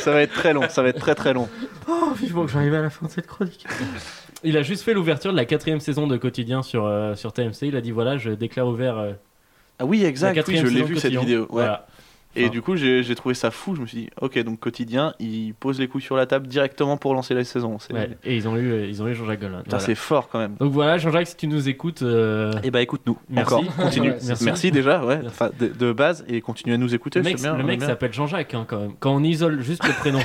S1: Ça va être très long, ça va être très très long.
S3: Oh, vivement que j'arrive à la fin de cette chronique. Il a juste fait l'ouverture de la quatrième saison de Quotidien sur, euh, sur TMC. Il a dit voilà, je déclare ouvert euh,
S1: Ah oui,
S3: la
S1: exact, oui,
S3: quatrième
S1: je l'ai
S3: saison
S1: vu
S3: de
S1: cette
S3: Cotillon.
S1: vidéo. ouais.
S3: Voilà.
S1: Et
S3: Enfin.
S1: du coup, j'ai j'ai trouvé ça fou. Je me suis dit, ok, donc quotidien, il pose les couilles sur la table directement pour lancer la saison. C'est
S3: Ouais. Et ils ont eu, euh, ils ont eu Jean-Jacques Goldman.
S1: Putain,
S3: Voilà.
S1: c'est fort quand même.
S3: Donc voilà, Jean-Jacques, si tu nous écoutes, euh,
S1: Et bah écoute-nous.
S3: Merci.
S1: Encore, continue.
S2: Ouais,
S1: merci.
S3: merci.
S1: déjà, ouais.
S3: Merci.
S1: Enfin, de, de base, et continue à nous écouter.
S3: Le mec,
S1: c'est bien,
S3: le
S1: on
S3: mec
S1: est bien.
S3: s'appelle Jean-Jacques hein, quand même. Quand on isole juste le prénom,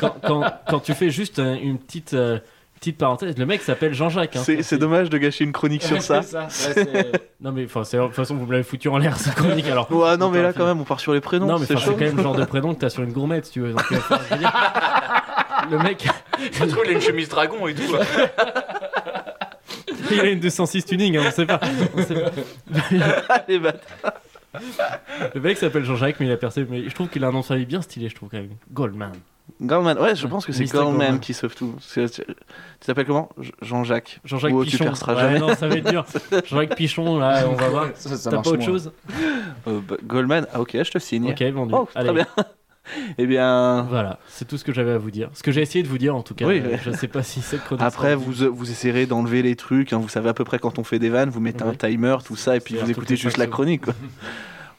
S3: quand, quand- quand tu fais juste euh, une petite, euh, petite parenthèse, le mec s'appelle Jean-Jacques. hein.
S1: C'est c'est dommage de gâcher une chronique sur ça.
S2: Ouais, c'est-
S3: Non mais enfin, c'est- de toute façon vous me l'avez foutu en l'air cette chronique alors.
S1: Ouais, non,
S3: On
S1: mais là
S3: peut-
S1: quand même, on part sur les prénoms.
S3: Non mais
S1: c'est
S3: enfin, c'est
S1: chaud.
S3: quand même le genre de prénom que t'as sur une gourmette si tu veux. Donc, euh, enfin, je veux dire, le mec,
S6: Ça se trouve, il a une chemise dragon et tout. hein. quoi.
S3: il a une 206 tuning, hein, on sait pas. On sait pas.
S1: Les bâtards.
S3: Le mec s'appelle Jean-Jacques mais il a percé. Mais je trouve qu'il a un nom de famille bien stylé, je trouve quand même. Goldman.
S1: Goldman, ouais, je pense que c'est
S3: Mr.
S1: Goldman
S3: Goldman.
S1: qui sauve tout. Parce que Tu tu t'appelles comment Je- Jean-Jacques.
S3: Jean-Jacques
S1: Oh, tu
S3: Pichon.
S1: perceras
S3: Ouais,
S1: jamais.
S3: non, ça va être dur. Jean-Jacques Pichon, là, on va voir.
S2: ça, ça
S3: T'as
S2: marche
S3: pas autre
S2: moins.
S3: chose
S1: Euh, bah, Goldman, ah ok, je te signe.
S3: Ok, vendu.
S1: Oh,
S3: Allez.
S1: très bien. Eh bien,
S3: Voilà, c'est tout ce que j'avais à vous dire. Ce que j'ai essayé de vous dire en tout cas.
S1: Oui.
S3: Euh, je sais pas si cette chronique.
S1: Après,
S3: sera-
S1: vous, euh, vous essayerez d'enlever les trucs. hein, vous savez à peu près quand on fait des vannes, vous mettez un
S3: Oui.
S1: timer, tout ça, et puis
S3: C'est-à-dire
S1: vous
S3: toutes
S1: écoutez
S3: les
S1: juste
S3: cinq
S1: la
S3: secondes.
S1: chronique. quoi.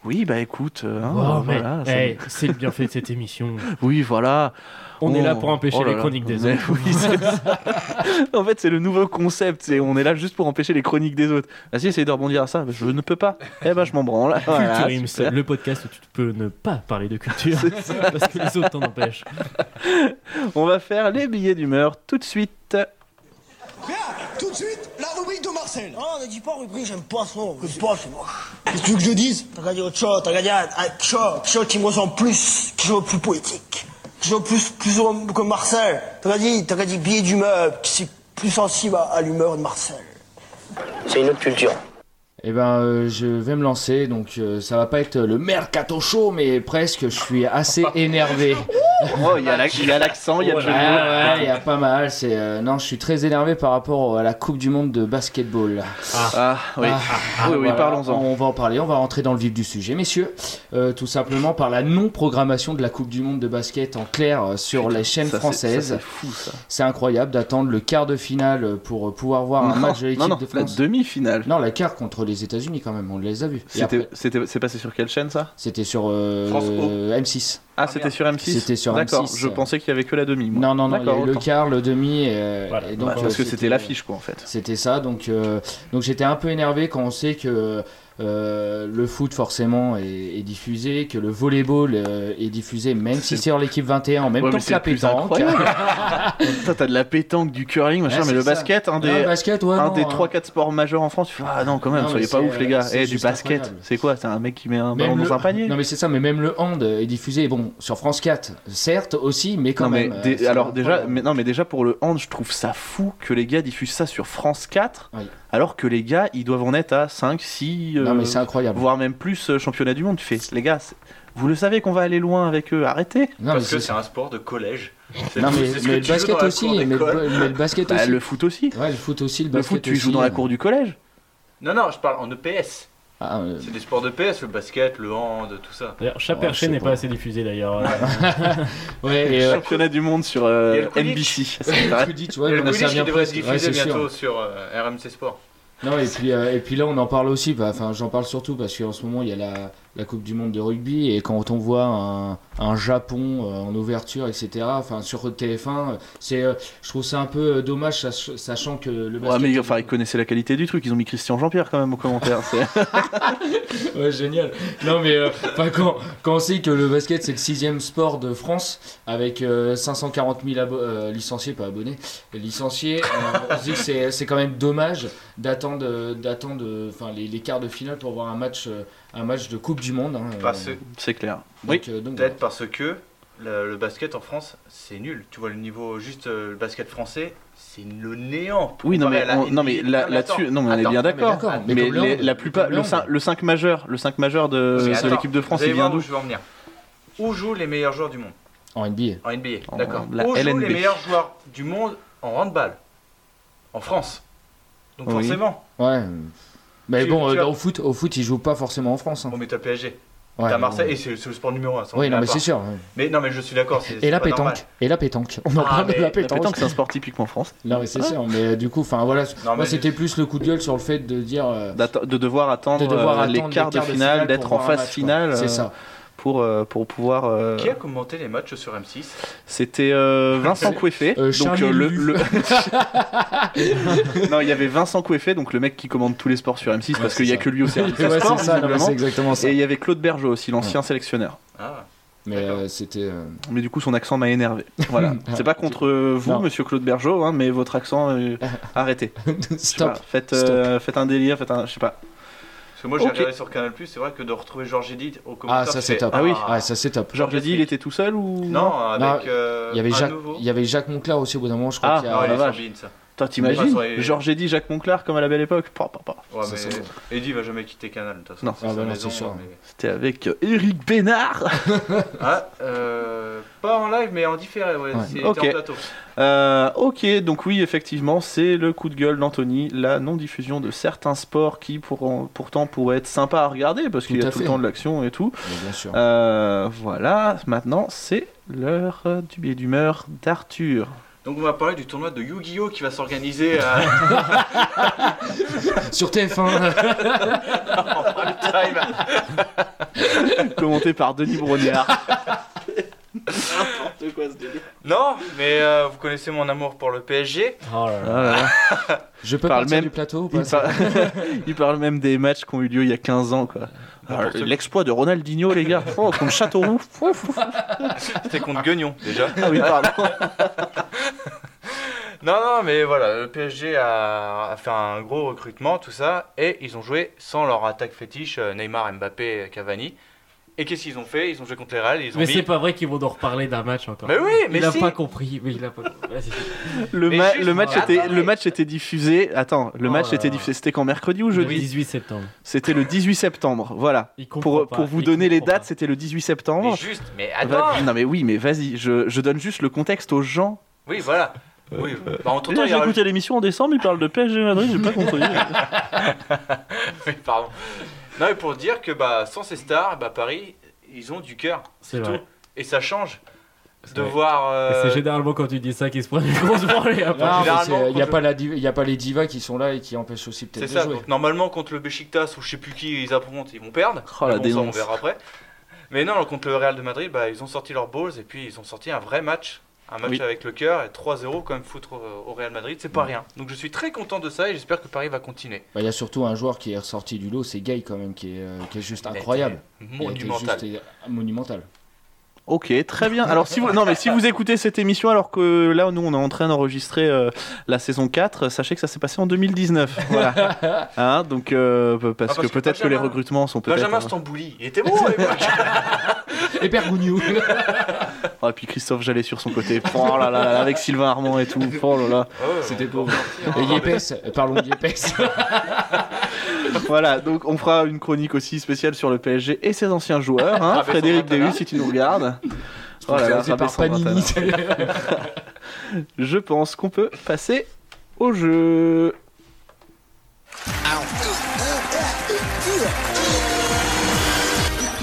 S1: Oui, bah écoute. hein,
S3: Wow, Oh, mais,
S1: voilà, ça-
S3: hey, c'est le bienfait de cette émission.
S1: Oui, voilà.
S3: On est
S1: Oh,
S3: là pour empêcher
S1: oh là
S3: les
S1: là.
S3: chroniques des
S1: Mais
S3: autres.
S1: oui, c'est ça. en fait, c'est le nouveau concept. c'est on est là juste pour empêcher les chroniques des autres. Vas-y, essaye de rebondir à ça. Je ne peux pas. Eh ben, je m'en branle. Voilà,
S3: Culture Ims,
S1: super.
S3: le podcast où tu peux ne pas parler de culture
S1: C'est ça.
S3: parce que les autres t'en empêchent.
S1: On va faire les billets d'humeur tout de suite.
S11: Tout de suite, la rubrique de Marcel. Non, ne dis pas rubrique, j'aime pas ce nom. J'aime pas, c'est moche. Qu'est-ce que tu veux que je dise T'as regardé autre chose, t'as regardé un un chose, chose qui me ressemble plus, qui soit plus poétique, qui soit plus, plus homme que Marcel. T'as regardé, t'as regardé billet d'humeur, qui c'est plus sensible à, à l'humeur de Marcel. C'est une autre culture.
S2: Eh ben, euh, je vais me lancer, donc euh, ça va pas être le mercato chaud, mais presque, je suis assez énervé.
S1: Oh, il y a la- il y a l'accent,
S3: Oh
S1: il y a le jeu de
S2: Ah,
S1: mots.
S2: ouais, il y a pas mal. C'est euh, non, je suis très énervé par rapport à la Coupe du Monde de basketball.
S1: Ah. Ah, oui. Ah, oui, oui, parlons-en.
S2: On va en parler. On va rentrer dans le vif du sujet, messieurs. Euh, tout simplement par la non-programmation de la Coupe du Monde de basket en clair euh, sur les chaînes
S1: ça, c'est-
S2: françaises.
S1: ça, c'est fou, ça.
S2: C'est incroyable d'attendre le quart de finale euh, pour pouvoir voir
S1: Non,
S2: un Ah, match de
S1: non,
S2: l'équipe
S1: non,
S2: de
S1: la
S2: France.
S1: demi-finale.
S2: Non, la quart contre les États-Unis quand même. On les a vus. Et après-
S1: C'était, c'était- c'est passé sur quelle chaîne ça
S2: C'était sur euh,
S1: France O.
S2: M6.
S1: Ah, c'était sur M6
S2: C'était sur
S1: D'accord,
S2: M6,
S1: je
S2: euh.
S1: pensais qu'il y avait que la demi. moi.
S2: Non, non, non, il y a
S1: D'accord,
S2: eu le
S1: autant.
S2: quart, le demi, et, euh,
S1: Voilà.
S2: et donc,
S1: Ouais, parce
S2: euh,
S1: que c'était l'affiche, quoi, en fait.
S2: C'était ça, donc, euh, donc j'étais un peu énervé quand on sait que euh, le foot, forcément, est, est diffusé, que le volleyball euh, est diffusé, même si c'est sur l'équipe 21, en même
S1: Ouais,
S2: temps
S1: mais
S2: que
S1: c'est
S2: la
S1: le plus
S2: pétanque.
S1: incroyable. Putain, t'as de la pétanque, du curling, machin,
S2: euh, Ouais,
S1: mais
S2: c'est
S1: le
S2: ça.
S1: basket, un des,
S2: Ah, le basket, ouais,
S1: un
S2: non,
S1: des
S2: hein.
S1: 3-4 sports majeurs en France, tu fais Ah non, quand même,
S2: Non, mais
S1: soyez pas
S2: c'est,
S1: ouf, les
S2: euh,
S1: gars.
S2: c'est
S1: Eh, du
S2: juste
S1: basket,
S2: incroyable.
S1: c'est quoi C'est un mec qui met un
S2: Même
S1: ballon
S2: le-
S1: dans un panier
S2: Non mais c'est ça, mais même le hand est diffusé, bon, sur France 4, certes aussi, mais quand
S1: Non, mais
S2: même. euh,
S1: dé-
S2: c'est
S1: alors déjà,
S2: incroyable.
S1: mais non mais déjà pour le hand, je trouve ça fou que les gars diffusent ça sur France 4,
S2: Oui.
S1: alors que les gars ils doivent en être à euh, 5, 6,
S2: Non, mais c'est incroyable.
S1: voire même plus euh, championnat du monde. Tu fais, les gars, c'est- vous le savez qu'on va aller loin avec eux, arrêtez.
S2: Non, mais
S6: Parce que
S2: c'est-
S6: c'est un sport de collège. C'est-
S2: Non, mais,
S6: c'est ce
S2: mais
S6: que
S2: le
S6: tu joues
S2: basket
S6: dans la
S2: aussi,
S6: cour
S2: mais le,
S6: d'école.
S2: mais le basket
S1: Bah,
S2: aussi.
S1: le foot aussi.
S2: Ouais, le foot aussi, le
S1: Le
S2: basket
S1: foot, tu
S2: aussi. euh,
S1: joues dans la cour du collège.
S6: Non, non, je parle en EPS.
S2: Ah, euh,
S6: C'est des sports d'EPS, le basket, le hand, tout ça.
S3: D'ailleurs, chat perché
S2: c'est
S3: n'est
S2: bon.
S3: pas assez diffusé d'ailleurs.
S2: ouais, et, euh,
S1: Championnat du monde sur euh,
S6: Il y a le Quidditch.
S1: NBC. Ça
S2: le
S1: m'intéresse.
S2: Quidditch,
S6: Et
S2: ouais,
S6: le
S2: bah, ça
S6: Quidditch qui
S2: vient
S6: devrait se
S2: presque. Ouais,
S6: diffuser
S2: c'est sûr.
S6: bientôt sur euh, RMC Sport.
S2: Non, et puis, euh, et puis là, on en parle aussi. bah, Enfin, j'en parle surtout parce qu'en ce moment, il y a la, la Coupe du Monde de rugby. Et quand on voit un, un Japon euh, en ouverture, etc., enfin, sur TF1, euh, c'est, euh, je trouve ça un peu euh, dommage, sach- sachant que le
S1: Ouais,
S2: basket.
S1: mais enfin, ils connaissaient la qualité du truc. Ils ont mis Christian Jean-Pierre quand même aux commentaires. c'est-
S2: Ouais, génial. Non, mais euh, enfin, quand, quand on sait que le basket, c'est le sixième sport de France, avec euh, 540 000 abo- euh, licenciés, pas abonnés, licenciés, euh, on se dit que c'est, c'est quand même dommage d'attendre, euh, d'attendre euh, enfin, les, les quarts de finale pour voir un match, euh, un match de Coupe du Monde. hein, euh,
S6: Parce que-
S1: C'est clair.
S2: donc,
S1: Oui.
S2: euh, donc, voilà.
S6: Peut-être parce que le, le basket en France, c'est nul. Tu vois, le niveau juste euh, le basket français, c'est le néant. pour
S1: Oui, non mais,
S6: comparer à la
S1: on- non, mais
S6: NBA.
S1: là-
S6: Ah, mais
S1: là-dessus,
S6: attends,
S1: non mais on
S2: attends,
S1: est bien
S2: mais
S1: d'accord.
S2: d'accord,
S1: Mais,
S2: mais comme
S1: les-
S2: l'Inde,
S1: la
S2: comme
S1: plupart, le
S2: l'Inde.
S1: 5, le 5 majeur, le 5 majeur de,
S6: Mais
S1: de
S6: attends,
S1: l'équipe de France,
S6: vous allez
S1: il vient
S6: voir où
S1: d'où
S6: Je vais en venir. Où jouent les meilleurs joueurs du monde
S2: En NBA.
S6: En NBA,
S1: En-
S6: d'accord.
S1: la
S6: Où jouent
S1: LNB.
S6: les meilleurs joueurs du monde en handball En France. Donc
S1: Oui.
S6: forcément,
S2: Ouais. Mais
S6: Tu-
S2: bon,
S6: tu
S2: euh,
S6: as-
S2: au foot, au foot, ils jouent pas forcément en France. hein.
S6: on met le PSG.
S2: Ouais,
S6: T'as Marseille,
S2: ouais.
S6: et c'est c'est le sport numéro 1.
S2: Oui, non, mais c'est sûr. ouais.
S6: Mais non, mais je suis d'accord. c'est-
S2: Et
S6: c'est
S2: la
S6: pas
S2: pétanque.
S6: normal.
S2: Et la pétanque. On en
S6: Ah,
S2: parle de
S6: mais
S2: la
S6: la
S1: La
S2: pétanque.
S1: pétanque, c'est un sport typiquement France.
S2: Non, mais c'est sûr. Mais euh, du coup, enfin voilà.
S6: Non,
S2: Moi,
S6: mais-
S2: c'était plus le coup de gueule sur le fait de dire. euh,
S1: D'atte- de devoir attendre,
S2: de devoir
S1: euh,
S2: attendre
S1: les quarts de finale,
S2: pour
S1: d'être en
S2: voir un
S1: phase
S2: match, quoi.
S1: finale euh,
S2: C'est ça.
S1: pour euh, pour pouvoir. euh,
S6: Qui a commenté les matchs sur M6
S1: C'était euh, Vincent Coueffé.
S2: Euh,
S1: donc
S2: Charlie
S1: euh, le,
S2: Lulu.
S1: le- non, il y avait Vincent Coueffé, donc le mec qui commande tous les sports sur M6 parce
S2: c'est
S1: qu'il y a
S2: ça.
S1: que lui au service.
S2: Ouais,
S1: sport,
S2: c'est ça, non, mais
S1: visiblement.
S2: c'est exactement ça.
S1: Et il y avait Claude Bergeau aussi, l'ancien sélectionneur.
S6: Ah,
S2: Mais euh, c'était. euh,
S1: Mais du coup, son accent m'a énervé. Voilà. C'est pas contre vous,
S2: Non.
S1: monsieur Claude Bergeau, hein, mais votre accent, euh, arrêtez. Je sais
S2: Stop.
S1: pas, faites, euh, faites un délire, faites un. Je sais pas.
S6: Parce que moi j'ai
S1: Ok.
S6: regardé sur Canal Plus, c'est vrai que de retrouver Georges Edith au
S2: Ah,
S6: commentaire.
S2: ça
S6: tu
S2: c'est
S6: fais,
S2: top.
S1: Ah oui.
S2: Ah, ça c'est top.
S1: Genre, j'ai dit, il était tout seul ou.
S6: Non,
S2: Non,
S6: avec euh,
S2: Il y avait
S6: un
S2: Jacques,
S6: nouveau.
S2: il y avait Jacques Monclar aussi au bout d'un moment, je crois
S1: Ah,
S2: qu'il y
S6: Non,
S2: a.
S6: il
S1: la
S6: est sur
S1: vache.
S6: Bein, ça.
S1: Toi, t'imagines
S6: Ouais, ouais.
S1: Genre, j'ai dit Jacques Monclar comme à la belle époque. Pa, pa, pa.
S6: Ouais,
S2: Ça,
S6: mais
S2: c'est-
S6: Eddie va jamais quitter Canal de toute façon.
S1: Non.
S2: Ah,
S6: sa
S2: bah non,
S6: maison,
S2: c'est sûr.
S6: mais-
S1: C'était avec euh, Eric Bénard.
S6: Ah, euh, pas en live, mais en différé, ouais.
S2: Ouais.
S6: C'était
S1: Ok.
S6: en plateau.
S1: Euh, ok, donc oui, effectivement, c'est le coup de gueule d'Anthony, la non-diffusion de certains sports qui pour- pourtant pourraient être sympas à regarder parce qu'il y
S2: Tout
S1: a
S2: à
S1: tout le
S2: fait.
S1: temps de l'action et tout.
S2: Mais bien sûr.
S1: Euh, voilà, maintenant c'est l'heure euh, du biais d'humeur d'Arthur.
S6: Donc on va parler du tournoi de Yu-Gi-Oh qui va s'organiser à
S2: Sur TF1.
S6: Time.
S1: Commenté par Denis Brognard.
S6: Non, mais euh, vous connaissez mon amour pour le PSG.
S3: Oh là là.
S2: je peux
S1: Parle
S2: partir
S1: même-
S2: du plateau ou
S1: Ah, Il,
S2: pas
S1: par- il parle même des matchs qui ont eu lieu il y a 15 ans. quoi. Alors, L'exploit de Ronaldinho, les gars, Oh, contre Châteauroux. Oh, fou, fou.
S6: C'était contre Guignon déjà.
S1: Ah oui, pardon.
S6: Non, non, mais voilà, le PSG a, a fait un gros recrutement, tout ça, et ils ont joué sans leur attaque fétiche euh, Neymar, Mbappé, Cavani. Et qu'est-ce qu'ils ont fait Ils ont joué contre les Real, ils ont
S3: Mais
S6: mis-
S3: c'est pas vrai qu'ils vont nous reparler d'un match encore.
S6: Mais oui, mais
S3: Il a
S6: si.
S3: pas compris, mais il a pas compris. Vas-y.
S1: Le,
S3: Mais
S1: ma-
S3: juste,
S1: le match
S3: voilà.
S1: était le match était diffusé. Attends, le
S3: Oh
S1: match
S3: là
S1: était
S3: là.
S1: diffusé. C'était quand mercredi ou jeudi
S3: Le 18 septembre.
S1: C'était le 18 septembre. Voilà.
S3: Il comprend
S1: Pour
S3: pas,
S1: pour vous
S3: il
S1: donner les
S3: comprend
S1: dates, c'était le 18 septembre.
S6: Mais juste, mais
S1: Va-
S6: attends
S1: Non mais oui, mais vas-y, je, je donne juste le contexte aux gens.
S6: Oui, voilà. Oui, bah, entre temps,
S1: D'ailleurs,
S6: il y
S1: J'ai
S6: aura-
S1: écouté l'émission en décembre, il parle de PSG Madrid, j'ai pas compris.
S6: Oui, pardon. Non, mais pour dire que bah, sans ces stars, bah, Paris, ils ont du cœur.
S3: C'est
S6: C'est tout.
S3: vrai.
S6: Et ça change de
S3: vrai.
S6: voir.
S3: Et
S6: euh,
S3: C'est généralement quand tu dis ça qu'ils se prennent une grosse branlée. après.
S6: Généralement,
S2: Il n'y a,
S6: quand
S2: pas la div- y a pas les divas qui sont là et qui empêchent aussi
S6: C'est
S2: peut-être de
S6: ça.
S2: jouer.
S6: Donc, normalement, contre le Besiktas ou je sais plus qui ils affrontent, ils vont perdre.
S1: Oh, la
S6: Mais bon, ça, on
S1: dénonce.
S6: verra après. Mais non, contre le Real de Madrid, bah, ils ont sorti leurs balls et puis ils ont sorti un vrai match. Un match
S1: Oui. Mm.
S6: avec le cœur et 3-0 quand même foutre euh, au Real Madrid, c'est pas rien. Donc je suis très content de ça et j'espère que Paris va continuer.
S2: Bah, Il y a surtout un joueur qui est ressorti du lot, c'est Gay quand même, qui est, euh, qui est juste incroyable.
S6: Il
S2: était
S6: monumental.
S2: juste, euh, monumental.
S1: Ok, très bien. Alors si vous non mais si vous écoutez cette émission alors que là nous on est en train d'enregistrer euh, la saison 4, sachez que ça s'est passé en 2019. Voilà. Hein, donc euh, p- parce,
S6: Ah, parce
S1: que
S6: que
S1: peut-être que les
S6: Benjamin-
S1: recrutements sont peut-être euh,
S2: hein.
S6: Benjamin Stambouli, il était bon à l'époque.
S2: Et Bergouniou.
S1: Oh, et puis Christophe Jallet sur son côté. Oh là là, là, avec Sylvain Armand et tout. Oh là là.
S2: C'était pauvre. Et Yepes, euh, parlons de Yepes.
S1: Voilà, donc on fera une chronique aussi spéciale sur le PSG et ses anciens joueurs. hein.
S2: Ah, mais
S1: Frédéric
S2: Santana.
S1: Déhu, si tu nous regardes. Oh là là,
S2: C'est par
S1: Rabé Santana.
S2: Panini.
S1: Je pense qu'on peut passer au jeu.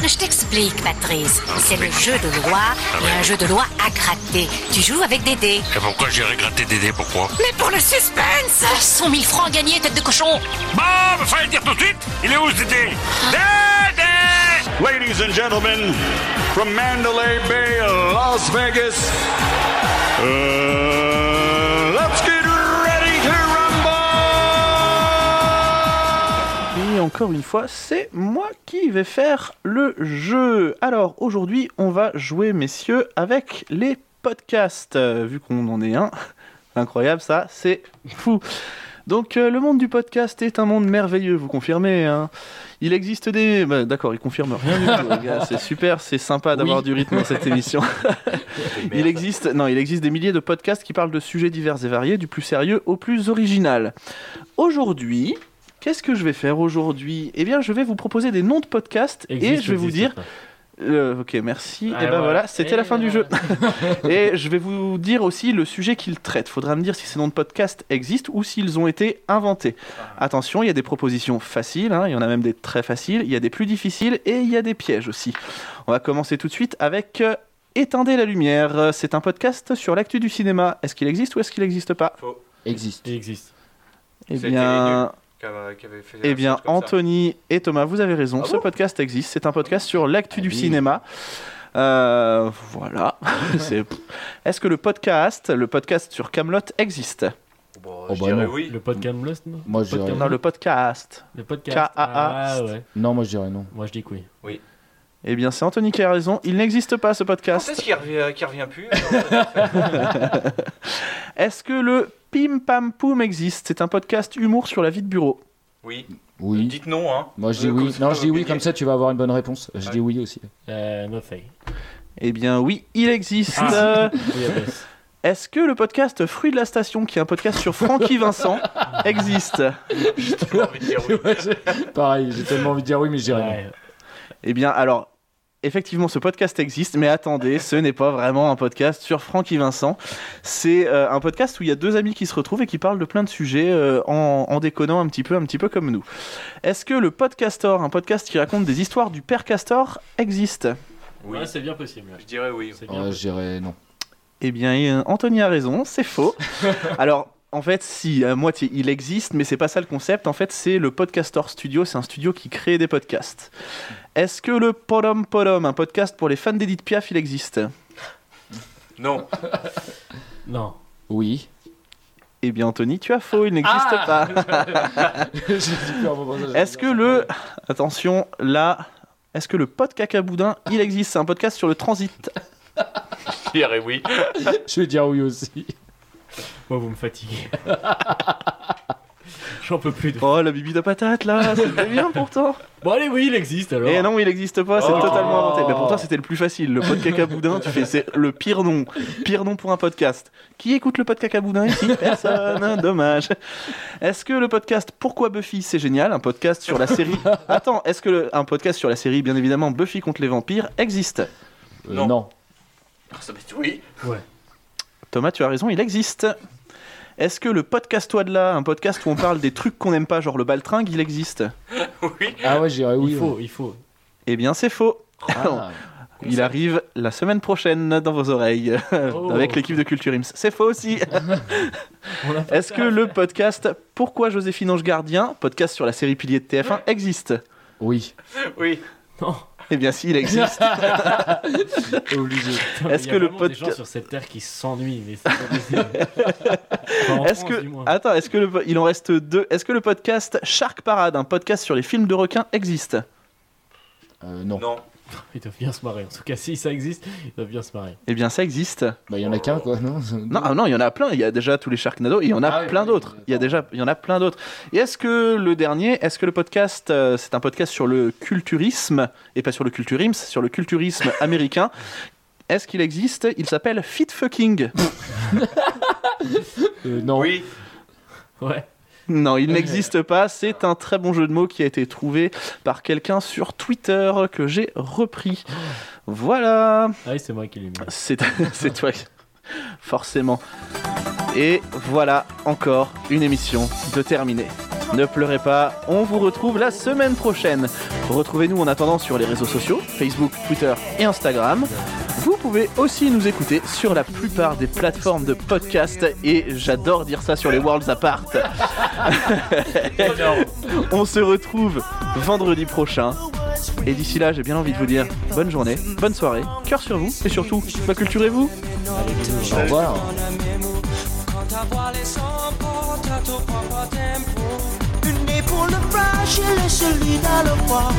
S12: Je t'explique, Patrice. C'est le jeu de loi
S13: Ah
S12: et
S13: ouais.
S12: un jeu de loi à gratter. Tu joues avec des dés.
S13: Et pourquoi j'ai regretté Dédé Pourquoi
S12: Mais pour le suspense 100 000 francs gagnés, tête de cochon
S13: Bah, me fallait le dire tout de suite Il est où ce Dédé
S14: Ladies and gentlemen, from Mandalay Bay, Las Vegas, uh, let's get ready to
S1: Et encore une fois, c'est moi qui vais faire le jeu. Alors aujourd'hui, on va jouer, messieurs, avec les podcasts. Euh, vu qu'on en est un, incroyable ça, c'est fou. Donc euh, le monde du podcast est un monde merveilleux, vous confirmez hein Il existe des... bah, D'accord, il confirme rien du tout, les gars, c'est super, c'est sympa d'avoir
S2: Oui.
S1: du rythme dans cette émission. il existe, non, il existe des milliers de podcasts qui parlent de sujets divers et variés, du plus sérieux au plus original. Aujourd'hui, qu'est-ce que je vais faire aujourd'hui Eh bien, je vais vous proposer des noms de podcasts et
S3: Existe
S1: je vais
S3: ou
S1: vous dire.
S3: existe
S1: Euh, ok, merci.
S3: Ah,
S1: et ben
S3: voilà. Eh.
S1: voilà, c'était
S3: Et
S1: la fin du jeu.
S3: voilà.
S1: et je vais vous dire aussi le sujet qu'ils traitent. Faudra me dire si ces noms de podcasts existent ou s'ils ont été inventés.
S3: Ah.
S1: Attention, il y a des propositions faciles, hein, il y en a même des très faciles, il y a des plus difficiles et il y a des pièges aussi. On va commencer tout de suite avec euh, Éteindez la lumière. Euh, C'est un podcast sur l'actu du cinéma. Est-ce qu'il existe ou est-ce qu'il n'existe pas
S2: Existe.
S3: Il existe.
S1: Eh
S6: C'était les
S1: bien.
S6: nuls qu'ava- qu'avaient fait
S1: Eh
S6: un
S1: bien,
S6: truc comme ça.
S1: Anthony et Thomas, vous avez raison.
S6: Ah
S1: ce
S6: bon Ah
S1: podcast existe. C'est un podcast sur l'actu du
S2: oui.
S1: cinéma. Euh, voilà. C'est- Est-ce que le podcast, le podcast sur Camelot existe
S6: Bon,
S2: Oh,
S6: je
S2: bah
S6: dirais
S2: non.
S6: oui.
S3: Le podcast Lost, non
S2: Moi, je dirais-
S1: Non, le podcast.
S3: Le podcast.
S1: K-A-A.
S3: Ah ouais.
S2: Non, moi je dirais non.
S3: Moi je dis que oui.
S6: Oui.
S1: Eh bien, c'est Anthony qui a raison. Il n'existe pas ce
S6: C'est ce
S1: podcast.
S6: qui revient, qui revient plus. euh,
S1: Est-ce que le Pim Pam Poum existe C'est un podcast humour sur la vie de bureau.
S6: oui.
S2: Oui.
S6: Dites non, hein.
S2: Moi je dis
S6: Euh, comme
S2: oui.
S6: ça,
S2: Non,
S6: on
S2: je dis oui,
S6: gagne.
S2: comme ça tu vas avoir une bonne réponse. Je dis oui aussi.
S3: Euh, no fake.
S1: Eh bien, oui, il existe.
S3: Ah.
S1: Euh,
S3: Oui, yes.
S1: Est-ce que le podcast Fruit de la Station, qui est un podcast sur Francky Vincent, existe
S6: J'ai envie de dire oui.
S2: Ouais, j'ai- Pareil, j'ai tellement envie de dire oui, mais je dirais non.
S3: Ouais.
S1: Eh bien, alors, effectivement, ce podcast existe, mais attendez, ce n'est pas vraiment un podcast sur Francky Vincent. C'est euh, un podcast où il y a deux amis qui se retrouvent et qui parlent de plein de sujets euh, en, en déconnant un petit peu, un petit peu comme nous. Est-ce que le Podcastor, un podcast qui raconte des histoires du père Castor, existe
S6: Oui.
S3: Ouais, c'est bien possible. ouais.
S6: Je dirais oui.
S3: C'est bien.
S2: Euh, je dirais non.
S1: Eh bien, euh, Anthony a raison, c'est faux. Alors, en fait, si, à moitié, il existe, mais c'est pas ça le concept. En fait, c'est le Podcaster Studio, c'est un studio qui crée des podcasts. Est-ce que le Podom Podom, un podcast pour les fans d'Edith Piaf, il existe
S6: Non.
S3: Non.
S2: Oui.
S1: Eh bien, Anthony, tu as faux, il n'existe pas.
S2: J'ai dit plus un moment, ça, j'ai
S1: Est-ce
S2: dit
S1: que
S2: non.
S1: le. Attention, là. Est-ce que le pod cacaboudin, il existe C'est un podcast sur le transit.
S6: Je dirais oui.
S2: Je vais dire oui aussi.
S3: Moi vous me fatiguez. J'en peux plus.
S1: Oh, la bibi de patate là, c'était bien pourtant.
S3: Bon, allez, oui, il existe alors.
S1: Et Eh non, il n'existe pas, c'est
S3: Oh.
S1: totalement inventé. Mais pourtant, c'était le plus facile. Le pod caca boudin, tu fais, c'est le pire nom. Pire nom pour un podcast. Qui écoute le pod caca boudin ici Personne, hein, dommage. Est-ce que le podcast Pourquoi Buffy, c'est génial Un podcast sur la série. Attends, est-ce que le- un podcast sur la série, bien évidemment, Buffy contre les vampires, existe
S2: Euh, non.
S6: Ah, ça m'est- oui.
S3: Ouais.
S1: Thomas, tu as raison, il existe. Est-ce que le podcast Toi de là, un podcast où on parle des trucs qu'on n'aime pas, genre le baltringue, il existe
S2: Ah ouais, j'irais oui.
S3: Il faut, il faut.
S1: Eh bien, c'est faux.
S2: Ah.
S1: Il arrive la semaine prochaine dans vos oreilles
S3: Oh.
S1: avec l'équipe de Culture Ims. C'est faux aussi. Est-ce que le podcast Pourquoi Joséphine Ange Gardien, podcast sur la série Pilier de TF1, existe
S2: Oui.
S6: Oui.
S3: Non.
S1: Eh bien, si, il existe.
S2: Obligé.
S1: Est-ce que le
S3: podcast. des gens
S1: podcast
S3: sur cette terre qui s'ennuient, mais c'est pas possible. Enfin, en
S1: Est-ce
S3: France,
S1: que Ah.
S3: du moins.
S1: attends, est-ce que le po- il en reste deux Est-ce que le podcast Shark Parade, un podcast sur les films de requins, existe
S2: Euh, non.
S6: Non.
S3: Ils doivent bien se marrer. En tout cas, si ça existe, ils doivent bien se marrer.
S1: Eh bien, ça existe.
S2: Bah, il y en a qu'un, quoi, non
S1: Non, ah non, il y en a plein. Il y a déjà tous les Sharknado. Il y en a
S2: Ah oui,
S1: plein
S2: oui,
S1: d'autres. Il y a déjà, il y en a plein d'autres. Et est-ce que le dernier, est-ce que le podcast, euh, c'est un podcast sur le culturisme et pas sur le culturims, sur le culturisme américain Est-ce qu'il existe Il s'appelle Fit Fucking.
S2: Euh, non.
S6: Oui.
S3: Ouais.
S1: Non, il n'existe pas. C'est un très bon jeu de mots qui a été trouvé par quelqu'un sur Twitter que j'ai repris. Voilà.
S3: Ah oui, c'est moi qui l'ai mis.
S1: C'est c'est toi, forcément. Et voilà encore une émission de terminée. Ne pleurez pas, on vous retrouve la semaine prochaine. Retrouvez-nous en attendant sur les réseaux sociaux, Facebook, Twitter et Instagram. Vous pouvez aussi nous écouter sur la plupart des plateformes de podcast et j'adore dire ça sur les Worlds Apart. on se retrouve vendredi prochain. Et d'ici là, j'ai bien envie de vous dire bonne journée, bonne soirée, cœur sur vous et surtout, culturez-vous.
S2: Au revoir.
S7: Quand ta voile est sans porte à ton propre tempo Une épaule fraîche et le solide à le poids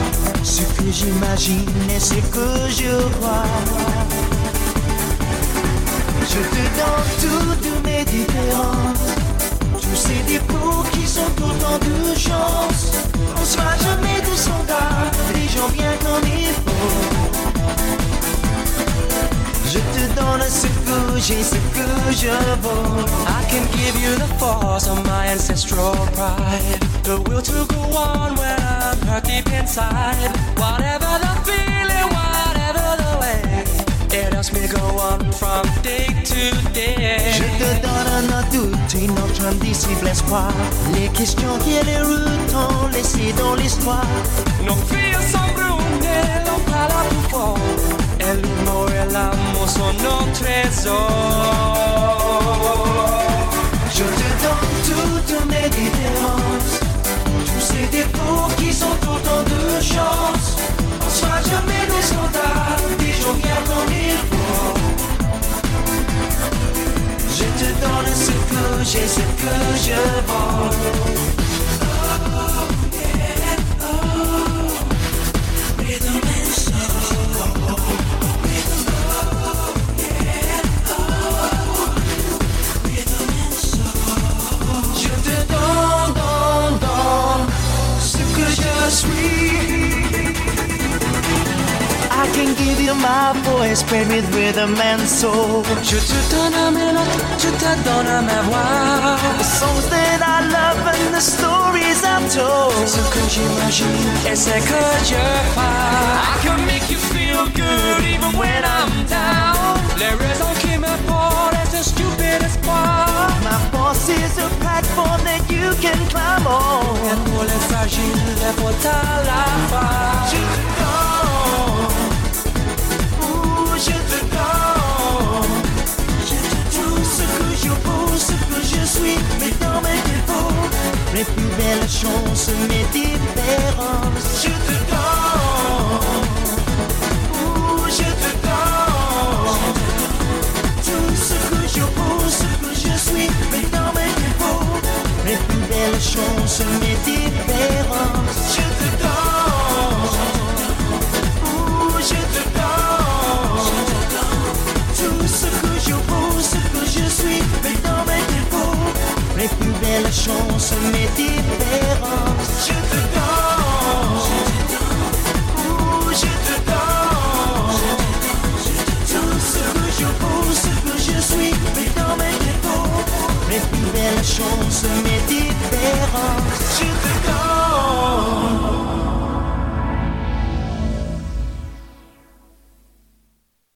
S7: Ce que j'imagine et ce que je vois Je te donne toutes mes différences Tous ces défauts qui sont autant de chance On se va jamais de son gars Les gens bien qu'on est beau je te donne ce que j'ai, ce que je vaux. I can give you the force of my ancestral pride. The will to go on when I'm hurt deep inside. Whatever the feeling, whatever the way, it helps me go on from day to day. Je te donne un doute, une autre indicible espoir. Les questions qui les routes ont laissé dans l'histoire. Nos filles sont brunes, elles n'ont pas la pouvoir. El l'humour et l'amour sont nos trésors. Je te donne toutes mes différences, tous ces défauts qui sont autant de chances. On sera jamais des soldats, des gens bien comme il faut. Je te donne ce que j'ai, ce que je vaux. Je te donne, donne, donne ce que je suis. I can give you my voice, baby, with rhythm and soul. Je te donne mes notes, je te donne ma voix. The songs that I love and the stories I've told. Ce que j'imagine et ce que je parle. I can make you feel good even when I'm down. Les raisons qui me portent est un stupid espoir. My force is a platform that you can climb on. Et pour les fragiles, les portes à la fin. Je te donne. Ouh, je te donne. Je te tout ce que je vaux, ce que je suis, mais dans mes défauts. Mes plus belles chances, mes différences. Je te donne. Ouh, je te donne. Tout ce que je vaux, ce que je suis, mais dans mes défauts. Mes plus belles chances, mes différences. Je te donne. Ouh, je te donne. Tout ce que je vaux, ce que je suis, mais dans mes défauts. Mes mes plus belles chances, mes différences. Je te danse, Ouh, je te danse. Tout ce que je pousse, ce que je suis, mais dans mes défauts. Mes plus belles chances, mes différences. Je te danse.